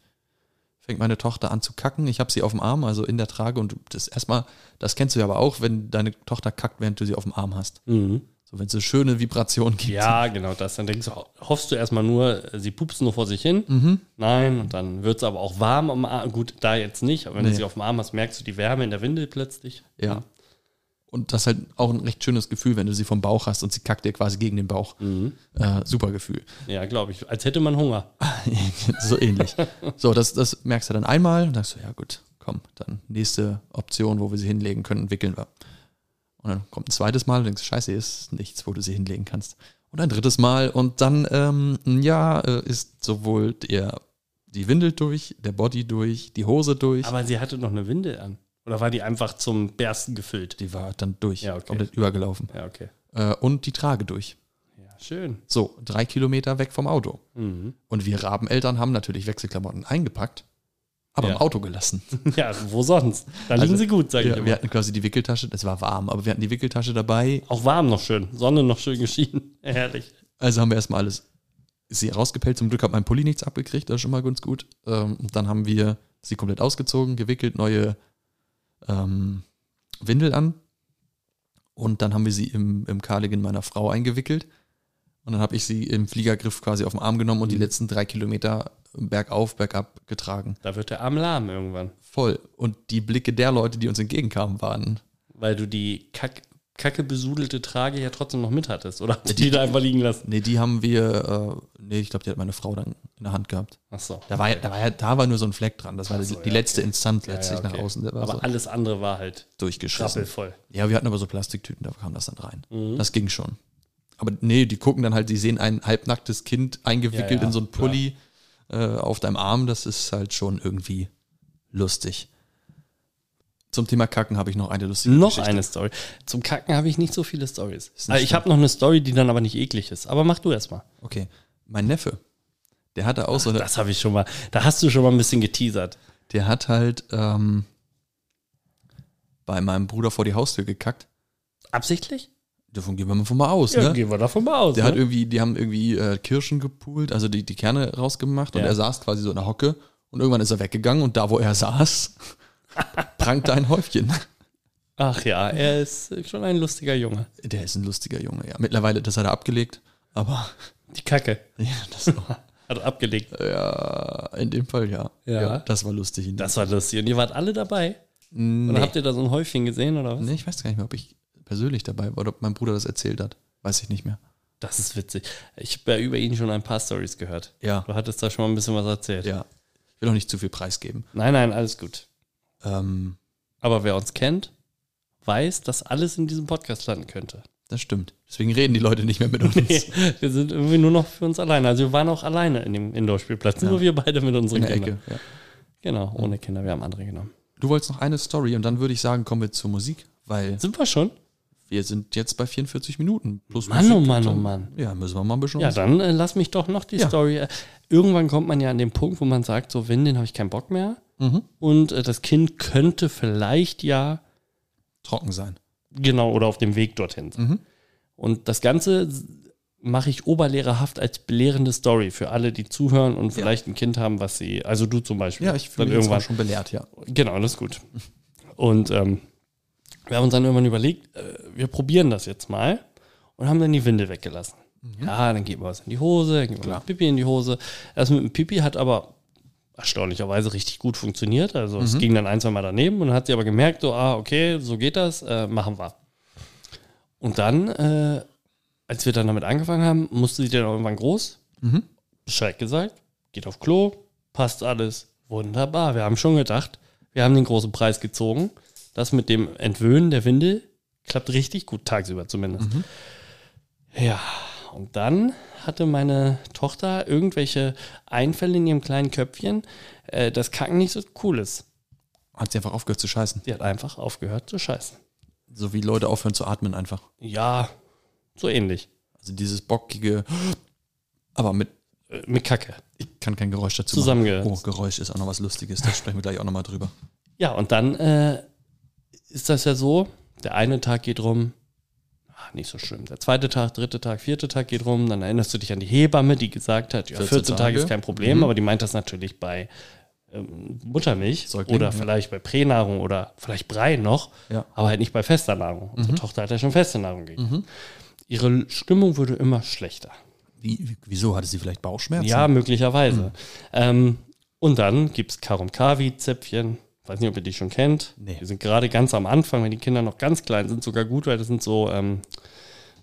[SPEAKER 2] fängt meine Tochter an zu kacken. Ich habe sie auf dem Arm, also in der Trage. Und das erstmal, das kennst du ja aber auch, wenn deine Tochter kackt, während du sie auf dem Arm hast.
[SPEAKER 1] Mhm.
[SPEAKER 2] So, wenn es eine schöne Vibration gibt.
[SPEAKER 1] Ja, genau das. Dann denkst du, hoffst du erstmal nur, sie pupsen nur vor sich hin.
[SPEAKER 2] Mhm.
[SPEAKER 1] Nein, und dann wird es aber auch warm am Arm. Gut, da jetzt nicht, aber wenn
[SPEAKER 2] Nee.
[SPEAKER 1] du sie auf dem Arm hast, merkst du die Wärme in der Windel plötzlich.
[SPEAKER 2] Ja. Und das ist halt auch ein recht schönes Gefühl, wenn du sie vom Bauch hast und sie kackt dir quasi gegen den Bauch. Äh, super Gefühl.
[SPEAKER 1] Mhm. Ja, glaube ich. Als hätte man Hunger.
[SPEAKER 2] so ähnlich. So, das, das merkst du dann einmal und sagst du, ja gut, komm, dann nächste Option, wo wir sie hinlegen können, wickeln wir. Und dann kommt ein zweites Mal und denkst, scheiße, hier ist nichts, wo du sie hinlegen kannst. Und ein drittes Mal und dann, ähm, ja, äh, ist sowohl der, die Windel durch, der Body durch, die Hose durch.
[SPEAKER 1] Aber sie hatte noch eine Windel an. Oder war die einfach zum Bersten gefüllt?
[SPEAKER 2] die war dann durch,
[SPEAKER 1] Ja, okay.
[SPEAKER 2] komplett übergelaufen.
[SPEAKER 1] Ja, okay.
[SPEAKER 2] Äh, und die Trage durch.
[SPEAKER 1] Ja, schön.
[SPEAKER 2] So, drei Kilometer weg vom Auto.
[SPEAKER 1] Mhm.
[SPEAKER 2] Und wir Rabeneltern haben natürlich Wechselklamotten eingepackt, aber
[SPEAKER 1] Ja.
[SPEAKER 2] im Auto gelassen.
[SPEAKER 1] Ja, wo sonst? Da liegen
[SPEAKER 2] Also,
[SPEAKER 1] sie gut, sage ich
[SPEAKER 2] Ja,
[SPEAKER 1] immer.
[SPEAKER 2] wir hatten quasi die Wickeltasche, es war warm, aber wir hatten die Wickeltasche dabei,
[SPEAKER 1] Auch warm noch schön. Sonne noch schön geschienen. Herrlich.
[SPEAKER 2] also haben wir erstmal alles sie rausgepellt. Zum Glück hat mein Pulli nichts abgekriegt, das ist schon mal ganz gut. Ähm, und dann haben wir sie komplett ausgezogen, gewickelt, neue ähm, Windel an. Und dann haben wir sie im, im Cardigan meiner Frau eingewickelt. Und dann habe ich sie im Fliegergriff quasi auf den Arm genommen
[SPEAKER 1] Mhm.
[SPEAKER 2] und die letzten drei Kilometer bergauf, bergab getragen.
[SPEAKER 1] Da wird der Arm lahm irgendwann.
[SPEAKER 2] Voll. Und die Blicke der Leute, die uns entgegenkamen, waren.
[SPEAKER 1] Weil du die Kack, kacke besudelte Trage ja trotzdem noch mit hattest. Oder hast du die da einfach liegen lassen?
[SPEAKER 2] Nee, die haben wir, äh, nee, ich glaube, die hat meine Frau dann in der Hand gehabt.
[SPEAKER 1] Ach so.
[SPEAKER 2] Da war, ja- da war, ja, da war nur so ein Fleck dran. Das war die,
[SPEAKER 1] ja,
[SPEAKER 2] die letzte Instanz
[SPEAKER 1] Ja, ja,
[SPEAKER 2] letztlich nach
[SPEAKER 1] okay.
[SPEAKER 2] außen. Der war
[SPEAKER 1] Aber
[SPEAKER 2] so
[SPEAKER 1] alles andere war halt
[SPEAKER 2] durchgeschissen.
[SPEAKER 1] rappelvoll.
[SPEAKER 2] Ja, wir hatten aber so Plastiktüten, da kam das dann rein.
[SPEAKER 1] Mhm.
[SPEAKER 2] Das ging schon. Aber nee, die gucken dann halt, die sehen ein halbnacktes Kind eingewickelt
[SPEAKER 1] Ja, ja,
[SPEAKER 2] in so einen Pulli äh, auf deinem Arm. Das ist halt schon irgendwie lustig. Zum Thema Kacken habe ich noch eine lustige
[SPEAKER 1] Noch
[SPEAKER 2] Geschichte.
[SPEAKER 1] eine Story. Zum Kacken habe ich nicht so viele Stories.
[SPEAKER 2] Ist nicht
[SPEAKER 1] Also ich habe noch eine Story, die dann aber nicht eklig ist. Aber mach du erst mal.
[SPEAKER 2] Okay, mein Neffe, der hatte auch so eine
[SPEAKER 1] Das habe ich schon mal. Da hast du schon mal ein bisschen geteasert.
[SPEAKER 2] der hat halt ähm, bei meinem Bruder vor die Haustür gekackt.
[SPEAKER 1] Absichtlich?
[SPEAKER 2] Davon gehen wir mal von mal aus,
[SPEAKER 1] Ja,
[SPEAKER 2] ne?
[SPEAKER 1] gehen wir davon mal aus.
[SPEAKER 2] Der hat
[SPEAKER 1] ne?
[SPEAKER 2] irgendwie, die haben irgendwie äh, Kirschen gepult, also die, die Kerne rausgemacht und
[SPEAKER 1] Ja.
[SPEAKER 2] er saß quasi so in der Hocke und irgendwann ist er weggegangen und da, wo er saß, prangte ein Häufchen.
[SPEAKER 1] Ach ja, er ist schon ein lustiger Junge.
[SPEAKER 2] Der ist ein lustiger Junge, ja. Mittlerweile, das hat er abgelegt, aber
[SPEAKER 1] Die Kacke
[SPEAKER 2] ja, das war,
[SPEAKER 1] hat abgelegt.
[SPEAKER 2] ja, in dem Fall ja.
[SPEAKER 1] Ja.
[SPEAKER 2] das war lustig.
[SPEAKER 1] Das war lustig. Und ihr wart alle dabei. Und
[SPEAKER 2] nee.
[SPEAKER 1] habt ihr da so ein Häufchen gesehen oder was?
[SPEAKER 2] nee, ich weiß gar nicht mehr, ob ich persönlich dabei war oder ob mein Bruder das erzählt hat. Weiß ich nicht mehr.
[SPEAKER 1] Das ist witzig. Ich habe ja über ihn schon ein paar Stories gehört.
[SPEAKER 2] Ja.
[SPEAKER 1] Du hattest da schon mal ein bisschen was erzählt.
[SPEAKER 2] Ja. Ich will auch nicht zu viel preisgeben.
[SPEAKER 1] Nein, nein, alles gut.
[SPEAKER 2] Ähm,
[SPEAKER 1] Aber wer uns kennt, weiß, dass alles in diesem Podcast landen könnte.
[SPEAKER 2] das stimmt. Deswegen reden die Leute nicht mehr mit uns.
[SPEAKER 1] Wir sind irgendwie nur noch für uns alleine. Also wir waren auch alleine in dem Indoor-Spielplatz. Nur wir beide mit unseren
[SPEAKER 2] In der
[SPEAKER 1] Kindern.
[SPEAKER 2] Ecke. Ja.
[SPEAKER 1] Genau, ohne Kinder. Wir haben andere genommen.
[SPEAKER 2] Du wolltest noch eine Story und dann würde ich sagen, kommen wir zur Musik, weil
[SPEAKER 1] Sind wir schon?
[SPEAKER 2] wir sind jetzt bei 44 Minuten. Plus
[SPEAKER 1] Mann,
[SPEAKER 2] Musik.
[SPEAKER 1] oh Mann, oh
[SPEAKER 2] Dann-
[SPEAKER 1] Mann.
[SPEAKER 2] Ja, müssen wir mal ein bisschen.
[SPEAKER 1] Ja, dann äh, lass mich doch noch die
[SPEAKER 2] Ja.
[SPEAKER 1] Story. Äh, irgendwann kommt man ja an den Punkt, wo man sagt, so, wenn, den habe ich keinen Bock mehr.
[SPEAKER 2] mhm.
[SPEAKER 1] Und äh, das Kind könnte vielleicht ja
[SPEAKER 2] Trocken sein.
[SPEAKER 1] Genau, oder auf dem Weg dorthin.
[SPEAKER 2] Mhm.
[SPEAKER 1] Und das Ganze s- mache ich oberlehrerhaft als belehrende Story für alle, die zuhören und vielleicht ein Kind haben, was sie, also du zum Beispiel.
[SPEAKER 2] Ja, ich
[SPEAKER 1] dann
[SPEAKER 2] fühle mich jetzt auch
[SPEAKER 1] irgendwann.
[SPEAKER 2] schon belehrt, ja.
[SPEAKER 1] Genau, das ist gut. Und ähm, wir haben uns dann irgendwann überlegt, äh, wir probieren das jetzt mal und haben dann die Windel weggelassen. Ja, dann geht mal was in die Hose, dann geht mal
[SPEAKER 2] Klar.
[SPEAKER 1] was Pipi in die Hose. Das mit dem Pipi hat aber erstaunlicherweise richtig gut funktioniert. Also es ging dann ein, zwei Mal daneben und dann hat sie aber gemerkt, so, ah, okay, so geht das, äh, machen wir. Und dann, äh, als wir dann damit angefangen haben, musste sie dann auch irgendwann groß.
[SPEAKER 2] Mhm.
[SPEAKER 1] Bescheid gesagt, geht auf Klo, passt alles, wunderbar. Wir haben schon gedacht, wir haben den großen Preis gezogen. Das mit dem Entwöhnen der Windel klappt richtig gut, tagsüber zumindest. Ja, und dann hatte meine Tochter irgendwelche Einfälle in ihrem kleinen Köpfchen, äh, dass Kacken nicht so cool ist.
[SPEAKER 2] Hat sie einfach aufgehört zu scheißen.
[SPEAKER 1] Sie hat einfach aufgehört zu scheißen.
[SPEAKER 2] So wie Leute aufhören zu atmen einfach.
[SPEAKER 1] Ja, so ähnlich.
[SPEAKER 2] Also dieses bockige, aber mit,
[SPEAKER 1] Äh, Mit Kacke.
[SPEAKER 2] ich kann kein Geräusch dazu
[SPEAKER 1] Zusammengehört.
[SPEAKER 2] machen. Oh, Geräusch ist auch noch was Lustiges, da sprechen wir gleich auch nochmal drüber.
[SPEAKER 1] Ja, und dann äh, ist das ja so, der eine Tag geht rum, ah, nicht so schlimm. Der zweite Tag, dritte Tag, vierte Tag geht rum, dann erinnerst du dich an die Hebamme, die gesagt hat, ja, 14, Tage
[SPEAKER 2] 14 Tage.
[SPEAKER 1] ist kein Problem,
[SPEAKER 2] Mhm.
[SPEAKER 1] aber die meint das natürlich bei ähm, Muttermilch
[SPEAKER 2] Säugling,
[SPEAKER 1] oder
[SPEAKER 2] ja.
[SPEAKER 1] vielleicht bei Pränahrung oder vielleicht Brei noch,
[SPEAKER 2] Ja.
[SPEAKER 1] aber halt nicht bei fester Nahrung. Unsere
[SPEAKER 2] Mhm.
[SPEAKER 1] Tochter hat ja schon feste Nahrung gegeben. Ihre Stimmung wurde immer schlechter.
[SPEAKER 2] Wie, wieso hatte sie vielleicht Bauchschmerzen?
[SPEAKER 1] Ja, möglicherweise. Ähm, und dann gibt es Karum-Kavi-Zäpfchen. Weiß nicht, ob ihr die schon kennt.
[SPEAKER 2] Nee.
[SPEAKER 1] Die sind gerade ganz am Anfang, wenn die Kinder noch ganz klein sind, sogar gut, weil das sind so, ähm,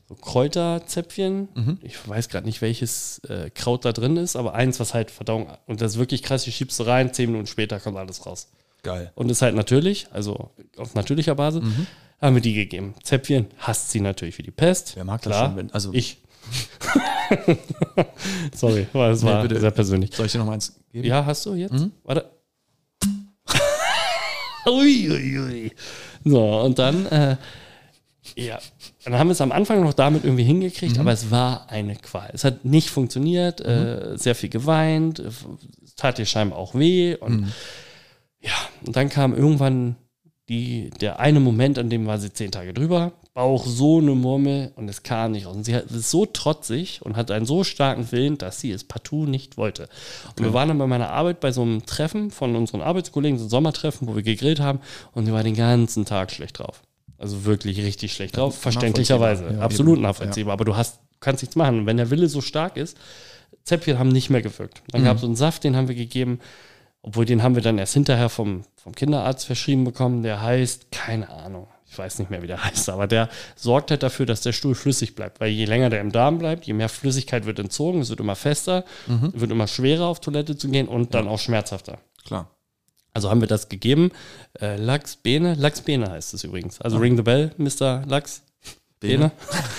[SPEAKER 1] so Kräuterzäpfchen. Ich weiß gerade nicht, welches äh, Kraut da drin ist, aber eins, was halt Verdauung. Und das ist wirklich krass, die schiebst du rein, zehn Minuten später kommt alles raus.
[SPEAKER 2] Geil.
[SPEAKER 1] Und ist halt natürlich, also auf natürlicher Basis,
[SPEAKER 2] Mhm.
[SPEAKER 1] haben wir die gegeben. Zäpfchen hasst sie natürlich wie die Pest.
[SPEAKER 2] Wer mag das
[SPEAKER 1] Klar,
[SPEAKER 2] schon, wenn- also-
[SPEAKER 1] ich. Sorry, aber es
[SPEAKER 2] Nee,
[SPEAKER 1] war
[SPEAKER 2] bitte. Mhm.
[SPEAKER 1] sehr persönlich.
[SPEAKER 2] Soll ich dir noch mal eins geben?
[SPEAKER 1] Ja, hast du jetzt? Warte. ui, ui, ui. So, und dann, äh, ja, dann haben wir es am Anfang noch damit irgendwie
[SPEAKER 2] Mhm.
[SPEAKER 1] hingekriegt, aber es war eine Qual. Es hat nicht funktioniert, äh, sehr viel geweint, äh, es tat ihr scheinbar auch weh und ja, und dann kam irgendwann die, der eine Moment, an dem war sie zehn Tage drüber, Bauch so eine Murmel und es kam nicht raus. Und sie hat, ist so trotzig und hat einen so starken Willen, dass sie es partout nicht wollte. Und wir waren dann bei meiner Arbeit bei so einem Treffen von unseren Arbeitskollegen, so ein Sommertreffen, wo wir gegrillt haben und sie war den ganzen Tag schlecht drauf. Also wirklich richtig schlecht drauf, verständlicherweise.
[SPEAKER 2] nachvollziehbar. Ja,
[SPEAKER 1] Absolut
[SPEAKER 2] eben.
[SPEAKER 1] nachvollziehbar. Aber du hast, kannst nichts machen. Und wenn der Wille so stark ist, Zäpfchen haben nicht mehr gewirkt.
[SPEAKER 2] Mhm.
[SPEAKER 1] Dann gab es einen Saft, den haben wir gegeben. Obwohl, den haben wir dann erst hinterher vom, vom Kinderarzt verschrieben bekommen. Der heißt, keine Ahnung, ich weiß nicht mehr, wie der heißt, aber der sorgt halt dafür, dass der Stuhl flüssig bleibt. Weil je länger der im Darm bleibt, je mehr Flüssigkeit wird entzogen, es wird immer fester, wird immer schwerer, auf Toilette zu gehen und dann auch schmerzhafter.
[SPEAKER 2] Klar.
[SPEAKER 1] Also haben wir das gegeben. Äh, Lachs Bene, Lachs Bene heißt es übrigens. Also Ring the Bell, Mr. Lachs Bene. Eh, ne?
[SPEAKER 2] Mhm.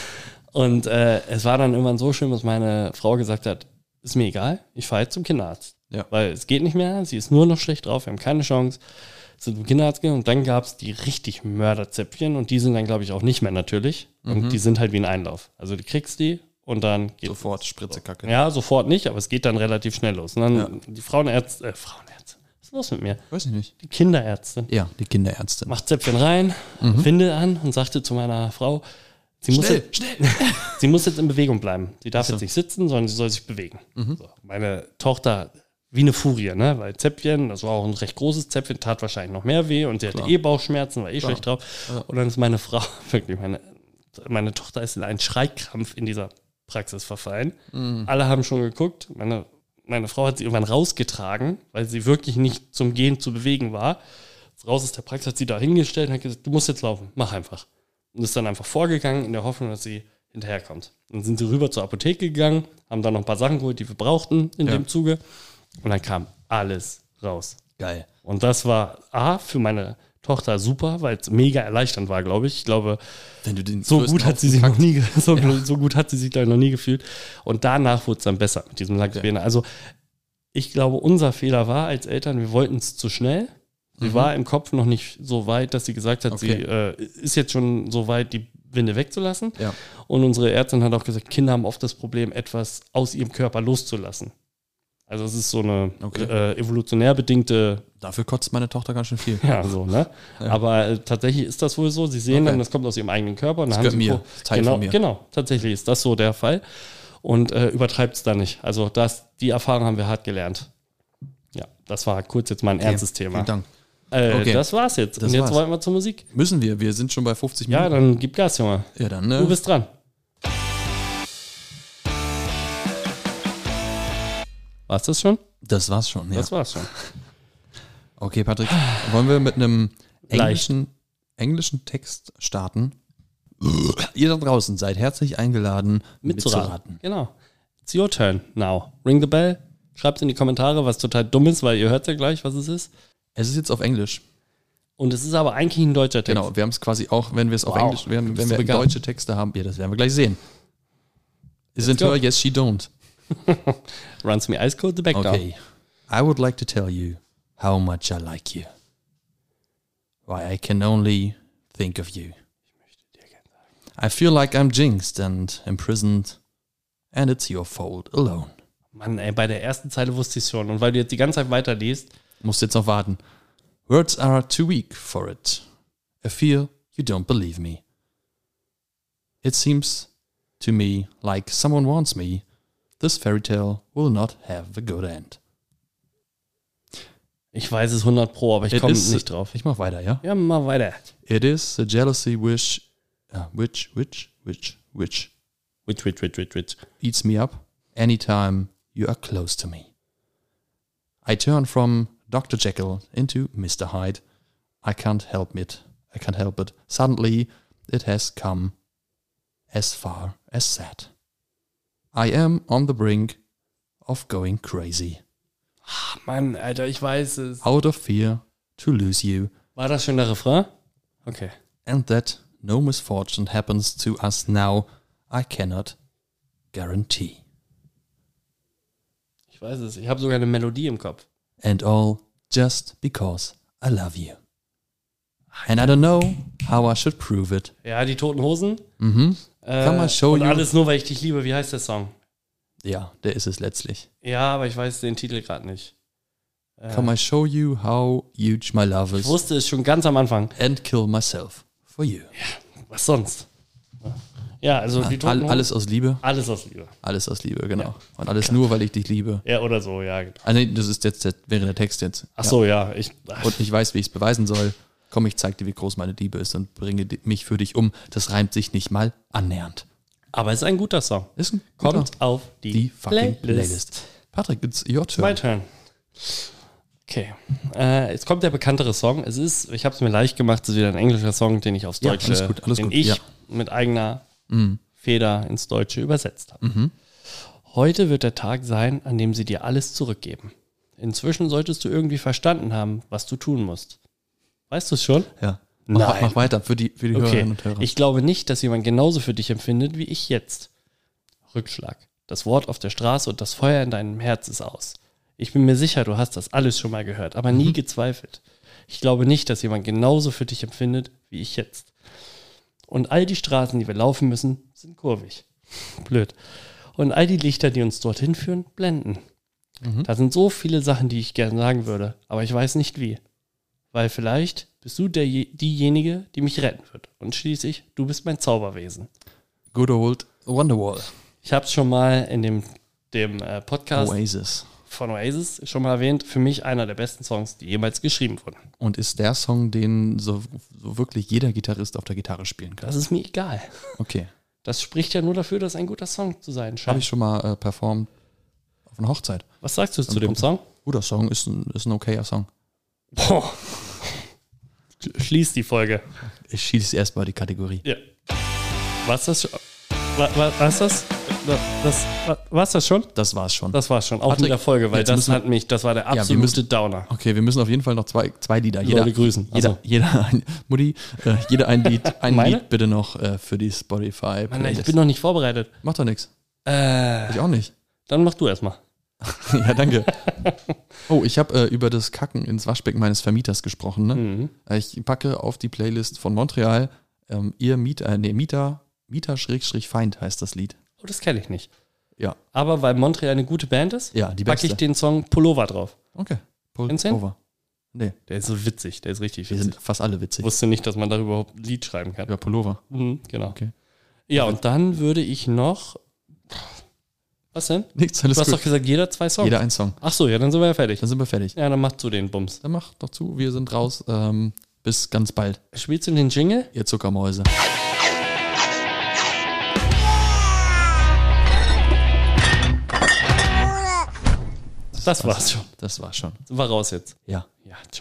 [SPEAKER 1] Und äh, es war dann irgendwann so schlimm, dass meine Frau gesagt hat, ist mir egal, ich fahre jetzt zum Kinderarzt.
[SPEAKER 2] Ja.
[SPEAKER 1] Weil es geht nicht mehr, sie ist nur noch schlecht drauf, wir haben keine Chance. Sind zum Kinderarzt gegangen und dann gab es die richtig Mörderzäpfchen und die sind dann, glaube ich, auch nicht mehr natürlich. Und die sind halt wie ein Einlauf. Also du kriegst die und dann geht
[SPEAKER 2] Mhm. Sofort Spritze Kacke.
[SPEAKER 1] ja, sofort nicht, aber es geht dann relativ schnell los. Und dann
[SPEAKER 2] Ja.
[SPEAKER 1] die Frauenärzte, äh, Frauenärzte, was ist los mit mir?
[SPEAKER 2] Weiß ich nicht.
[SPEAKER 1] Die Kinderärztin
[SPEAKER 2] Ja, die Kinderärztin.
[SPEAKER 1] macht Zäpfchen rein, Windel an und sagte zu meiner Frau, sie muss,
[SPEAKER 2] Mhm. Schnell,
[SPEAKER 1] jetzt, sie muss jetzt in Bewegung bleiben. Sie darf jetzt nicht sitzen, sondern sie soll sich bewegen. So, meine Tochter wie eine Furie, ne? weil Zäpfchen, das war auch ein recht großes Zäpfchen, tat wahrscheinlich noch mehr weh und sie hatte eh Bauchschmerzen, war eh schlecht drauf. Und dann ist meine Frau, wirklich, meine, meine Tochter ist in einen Schreikrampf in dieser Praxis verfallen. Alle haben schon geguckt. Meine, meine Frau hat sie irgendwann rausgetragen, weil sie wirklich nicht zum Gehen zu bewegen war raus aus der Praxis, hat sie da hingestellt und hat gesagt, du musst jetzt laufen, mach einfach. Und ist dann einfach vorgegangen in der Hoffnung, dass sie hinterherkommt. Dann sind sie rüber zur Apotheke gegangen, haben da noch ein paar Sachen geholt, die wir brauchten in
[SPEAKER 2] Ja.
[SPEAKER 1] dem Zuge. Und dann kam alles raus.
[SPEAKER 2] Geil.
[SPEAKER 1] Und das war A, für meine Tochter super, weil es mega erleichternd war, glaube ich. Ich glaube,
[SPEAKER 2] Wenn du den
[SPEAKER 1] so
[SPEAKER 2] größten
[SPEAKER 1] gut hat sie sich
[SPEAKER 2] Haufen
[SPEAKER 1] noch nie, ge- so, so gut hat sie sich glaube ich noch nie gefühlt. Und danach wurde es dann besser mit diesem Lachsbene. Also ich glaube, unser Fehler war als Eltern, wir wollten es zu schnell. Sie war im Kopf noch nicht so weit, dass sie gesagt hat, sie
[SPEAKER 2] Mhm. Okay.
[SPEAKER 1] äh, ist jetzt schon so weit, die Winde wegzulassen.
[SPEAKER 2] Ja.
[SPEAKER 1] Und unsere Ärztin hat auch gesagt, Kinder haben oft das Problem, etwas aus ihrem Körper loszulassen. Also es ist so eine
[SPEAKER 2] Okay.
[SPEAKER 1] äh, evolutionär bedingte
[SPEAKER 2] Dafür kotzt meine Tochter ganz schön viel.
[SPEAKER 1] ja, so, ne?
[SPEAKER 2] Ja.
[SPEAKER 1] Aber äh, tatsächlich ist das wohl so. Sie sehen
[SPEAKER 2] Okay.
[SPEAKER 1] dann, das kommt aus ihrem eigenen Körper. Und dann
[SPEAKER 2] Das
[SPEAKER 1] haben sie
[SPEAKER 2] gehört mir.
[SPEAKER 1] Pro-
[SPEAKER 2] Das ist Teil
[SPEAKER 1] genau,
[SPEAKER 2] von mir.
[SPEAKER 1] genau, tatsächlich ist das so der Fall. Und äh, übertreibt es da nicht. Also das, die Erfahrung haben wir hart gelernt. Ja, das war kurz jetzt mal ein ernstes Thema.
[SPEAKER 2] Vielen Dank.
[SPEAKER 1] Äh,
[SPEAKER 2] Okay.
[SPEAKER 1] Das war's jetzt.
[SPEAKER 2] Das
[SPEAKER 1] Und jetzt
[SPEAKER 2] war's.
[SPEAKER 1] wollen wir zur Musik.
[SPEAKER 2] Müssen wir, wir sind schon bei 50
[SPEAKER 1] Ja,
[SPEAKER 2] Minuten.
[SPEAKER 1] dann gib Gas, Junge.
[SPEAKER 2] Ja, dann, ne?
[SPEAKER 1] Du bist dran. War's das schon?
[SPEAKER 2] das war's schon, ja.
[SPEAKER 1] Das war's schon.
[SPEAKER 2] Okay, Patrick, wollen wir mit einem
[SPEAKER 1] Leicht.
[SPEAKER 2] englischen, englischen Text starten? Ihr da draußen seid herzlich eingeladen,
[SPEAKER 1] mitzuraten. Genau. It's your turn now. Ring the bell. Schreibt in die Kommentare, was total dumm ist, weil ihr hört ja gleich, was es ist.
[SPEAKER 2] Es ist jetzt auf Englisch.
[SPEAKER 1] Und es ist aber eigentlich ein deutscher Text.
[SPEAKER 2] Genau, wir haben es quasi auch, wenn wir es auf
[SPEAKER 1] Wow.
[SPEAKER 2] Englisch, wenn, wenn
[SPEAKER 1] Bist du
[SPEAKER 2] wir
[SPEAKER 1] begabt.
[SPEAKER 2] deutsche Texte haben, ja, das werden wir gleich sehen. Isn't
[SPEAKER 1] go.
[SPEAKER 2] her, yes, she don't.
[SPEAKER 1] Runs me ice cold the back down.
[SPEAKER 2] Okay. I would like to tell you how much I like you. Why I can only think of you. I feel like I'm jinxed and imprisoned and it's your fault alone.
[SPEAKER 1] Mann, ey, bei der ersten Zeile wusste ich schon. Und weil du jetzt die ganze Zeit weiterliest,
[SPEAKER 2] Musst jetzt noch warten. Words are too weak for it. I fear you don't believe me. It seems to me like someone wants me. This fairy tale will not have a good end.
[SPEAKER 1] ich weiß es 100 pro, aber ich
[SPEAKER 2] It
[SPEAKER 1] komme
[SPEAKER 2] is-
[SPEAKER 1] nicht drauf.
[SPEAKER 2] Ich mach weiter, ja?
[SPEAKER 1] Ja, mal weiter.
[SPEAKER 2] It is a jealousy which, uh, which, which, which, which
[SPEAKER 1] Witch, witch, witch, witch, witch.
[SPEAKER 2] eats me up anytime you are close to me. I turn from Dr. Jekyll into Mr. Hyde. I can't help it. I can't help it. Suddenly, it has come as far as that. I am on the brink of going crazy,
[SPEAKER 1] Mann, Alter, ich weiß es.
[SPEAKER 2] out of fear to lose you,
[SPEAKER 1] War das schon der Refrain? Okay.
[SPEAKER 2] and that no misfortune happens to us now. I cannot guarantee.
[SPEAKER 1] Ich weiß es. Ich habe sogar eine Melodie im Kopf.
[SPEAKER 2] and all just because I love you. And I don't know how I should prove it.
[SPEAKER 1] Ja, die Toten Hosen.
[SPEAKER 2] Mhm.
[SPEAKER 1] Äh,
[SPEAKER 2] Kann man show
[SPEAKER 1] und
[SPEAKER 2] you-
[SPEAKER 1] alles nur, weil ich dich liebe. Wie heißt der Song?
[SPEAKER 2] Ja, der ist es letztlich.
[SPEAKER 1] Ja, aber ich weiß den Titel gerade nicht. Äh,
[SPEAKER 2] Come I show you how huge my love
[SPEAKER 1] ich
[SPEAKER 2] is
[SPEAKER 1] wusste es schon ganz am Anfang.
[SPEAKER 2] and kill myself for you. Ah,
[SPEAKER 1] Was sonst? Ja, also die Toten
[SPEAKER 2] All,
[SPEAKER 1] Hosen.
[SPEAKER 2] alles aus Liebe,
[SPEAKER 1] Alles aus Liebe.
[SPEAKER 2] alles aus Liebe, genau. Und alles nur, weil ich dich liebe.
[SPEAKER 1] Ja, oder so, ja. genau.
[SPEAKER 2] Ah, nee, das ist jetzt der, wäre der Text jetzt.
[SPEAKER 1] Ach so, ja. Ich,
[SPEAKER 2] Ja. Und Also ich weiß, wie ich es beweisen soll. Komm, ich zeig dir, wie groß meine Liebe ist und bringe di- mich für dich um. Das reimt sich nicht mal annähernd.
[SPEAKER 1] aber es ist ein guter Song.
[SPEAKER 2] Ist ein
[SPEAKER 1] Kommt
[SPEAKER 2] guter-
[SPEAKER 1] auf die,
[SPEAKER 2] die fucking
[SPEAKER 1] Playlist.
[SPEAKER 2] Playlist. Patrick, it's your turn.
[SPEAKER 1] My turn. Okay. Äh, jetzt kommt der bekanntere Song. Es ist, ich habe es mir leicht gemacht, es ist wieder ein englischer Song, den ich aufs
[SPEAKER 2] Ja,
[SPEAKER 1] Deutsche,
[SPEAKER 2] alles gut, alles
[SPEAKER 1] den
[SPEAKER 2] gut,
[SPEAKER 1] ich
[SPEAKER 2] ja. Mhm.
[SPEAKER 1] mit eigener Feder ins Deutsche übersetzt habe. Heute wird der Tag sein, an dem sie dir alles zurückgeben. Inzwischen solltest du irgendwie verstanden haben, was du tun musst. Weißt du es schon?
[SPEAKER 2] Ja. Mach,
[SPEAKER 1] Nein.
[SPEAKER 2] mach weiter für die, für die
[SPEAKER 1] Okay.
[SPEAKER 2] Hörerinnen und Hörer.
[SPEAKER 1] Ich glaube nicht, dass jemand genauso für dich empfindet wie ich jetzt. Rückschlag. Das Wort auf der Straße und das Feuer in deinem Herz ist aus. Ich bin mir sicher, du hast das alles schon mal gehört, aber
[SPEAKER 2] Mhm.
[SPEAKER 1] nie gezweifelt. Ich glaube nicht, dass jemand genauso für dich empfindet wie ich jetzt. Und all die Straßen, die wir laufen müssen, sind kurvig. Blöd. Und all die Lichter, die uns dorthin führen, blenden.
[SPEAKER 2] Mhm.
[SPEAKER 1] Da sind so viele Sachen, die ich gerne sagen würde, aber ich weiß nicht wie. Weil vielleicht bist du der, diejenige, die mich retten wird. Und schließlich, du bist mein Zauberwesen.
[SPEAKER 2] Good old Wonderwall.
[SPEAKER 1] Ich habe es schon mal in dem, dem äh,
[SPEAKER 2] Oh,
[SPEAKER 1] Podcast
[SPEAKER 2] Oasis.
[SPEAKER 1] von Oasis schon mal erwähnt. Für mich einer der besten Songs, die jemals geschrieben wurden.
[SPEAKER 2] Und ist der Song, den so, so wirklich jeder Gitarrist auf der Gitarre spielen kann.
[SPEAKER 1] Das ist mir egal.
[SPEAKER 2] Okay.
[SPEAKER 1] Das spricht ja nur dafür, dass ein guter Song zu sein
[SPEAKER 2] Habe
[SPEAKER 1] scheint.
[SPEAKER 2] ich schon mal äh, performt auf einer Hochzeit.
[SPEAKER 1] Was sagst du zu dem Song?
[SPEAKER 2] Guter Song, ist ein, ist ein okayer Song.
[SPEAKER 1] Boah. Schließ die Folge.
[SPEAKER 2] Ich schieße erstmal die Kategorie.
[SPEAKER 1] Ja. Was das schon? Wa- wa- Was das? Das, das, wa- war's das schon?
[SPEAKER 2] Das war's schon.
[SPEAKER 1] Das war's schon. Auch
[SPEAKER 2] Patrick,
[SPEAKER 1] mit der Folge, weil
[SPEAKER 2] jetzt
[SPEAKER 1] das
[SPEAKER 2] müssen wir-
[SPEAKER 1] hat mich, das war der
[SPEAKER 2] wir
[SPEAKER 1] absolute
[SPEAKER 2] müssen-
[SPEAKER 1] Downer.
[SPEAKER 2] okay, wir müssen auf jeden Fall noch zwei, zwei Lieder. Jeder,
[SPEAKER 1] Leute grüßen.
[SPEAKER 2] Jeder,
[SPEAKER 1] Also.
[SPEAKER 2] jeder ein, Mutti, äh, jeder ein Lied, ein
[SPEAKER 1] Meine?
[SPEAKER 2] Lied bitte noch äh, für die spotify
[SPEAKER 1] Mann, ich
[SPEAKER 2] Playlist.
[SPEAKER 1] bin noch nicht vorbereitet.
[SPEAKER 2] Macht doch nichts.
[SPEAKER 1] Äh,
[SPEAKER 2] Ich auch nicht.
[SPEAKER 1] dann mach du erstmal.
[SPEAKER 2] Ja, danke. Oh, ich habe äh, über das Kacken ins Waschbecken meines Vermieters gesprochen. Ne?
[SPEAKER 1] Hm.
[SPEAKER 2] Äh, Ich packe auf die Playlist von Montreal ähm, ihr Mieter, äh, nee, Mieter, Mieter-Feind heißt das Lied.
[SPEAKER 1] Oh, das kenne ich nicht.
[SPEAKER 2] Ja,
[SPEAKER 1] Aber weil Montreal eine gute Band ist,
[SPEAKER 2] ja, die
[SPEAKER 1] packe
[SPEAKER 2] beste.
[SPEAKER 1] ich den Song Pullover drauf.
[SPEAKER 2] okay. Pull
[SPEAKER 1] Kennst du den?
[SPEAKER 2] over. Nee,
[SPEAKER 1] Der ist so witzig, der ist richtig
[SPEAKER 2] wir
[SPEAKER 1] witzig.
[SPEAKER 2] sind fast alle witzig.
[SPEAKER 1] Ich wusste nicht, dass man darüber überhaupt ein Lied schreiben kann.
[SPEAKER 2] Über Pullover.
[SPEAKER 1] Mhm, genau.
[SPEAKER 2] Okay.
[SPEAKER 1] Ja, und dann würde ich noch. Was denn?
[SPEAKER 2] Nichts, alles
[SPEAKER 1] Du hast
[SPEAKER 2] gut.
[SPEAKER 1] doch gesagt, jeder zwei Songs.
[SPEAKER 2] Jeder ein Song.
[SPEAKER 1] Ach so, ja, dann sind wir ja fertig.
[SPEAKER 2] Dann sind wir fertig.
[SPEAKER 1] Ja, dann mach du den Bums.
[SPEAKER 2] Dann mach doch zu, wir sind raus. Ähm, bis ganz bald,
[SPEAKER 1] Spielst du den Jingle?
[SPEAKER 2] ihr Zuckermäuse.
[SPEAKER 1] Das war's schon.
[SPEAKER 2] Das war's schon.
[SPEAKER 1] War raus jetzt.
[SPEAKER 2] Ja.
[SPEAKER 1] Ja, ciao.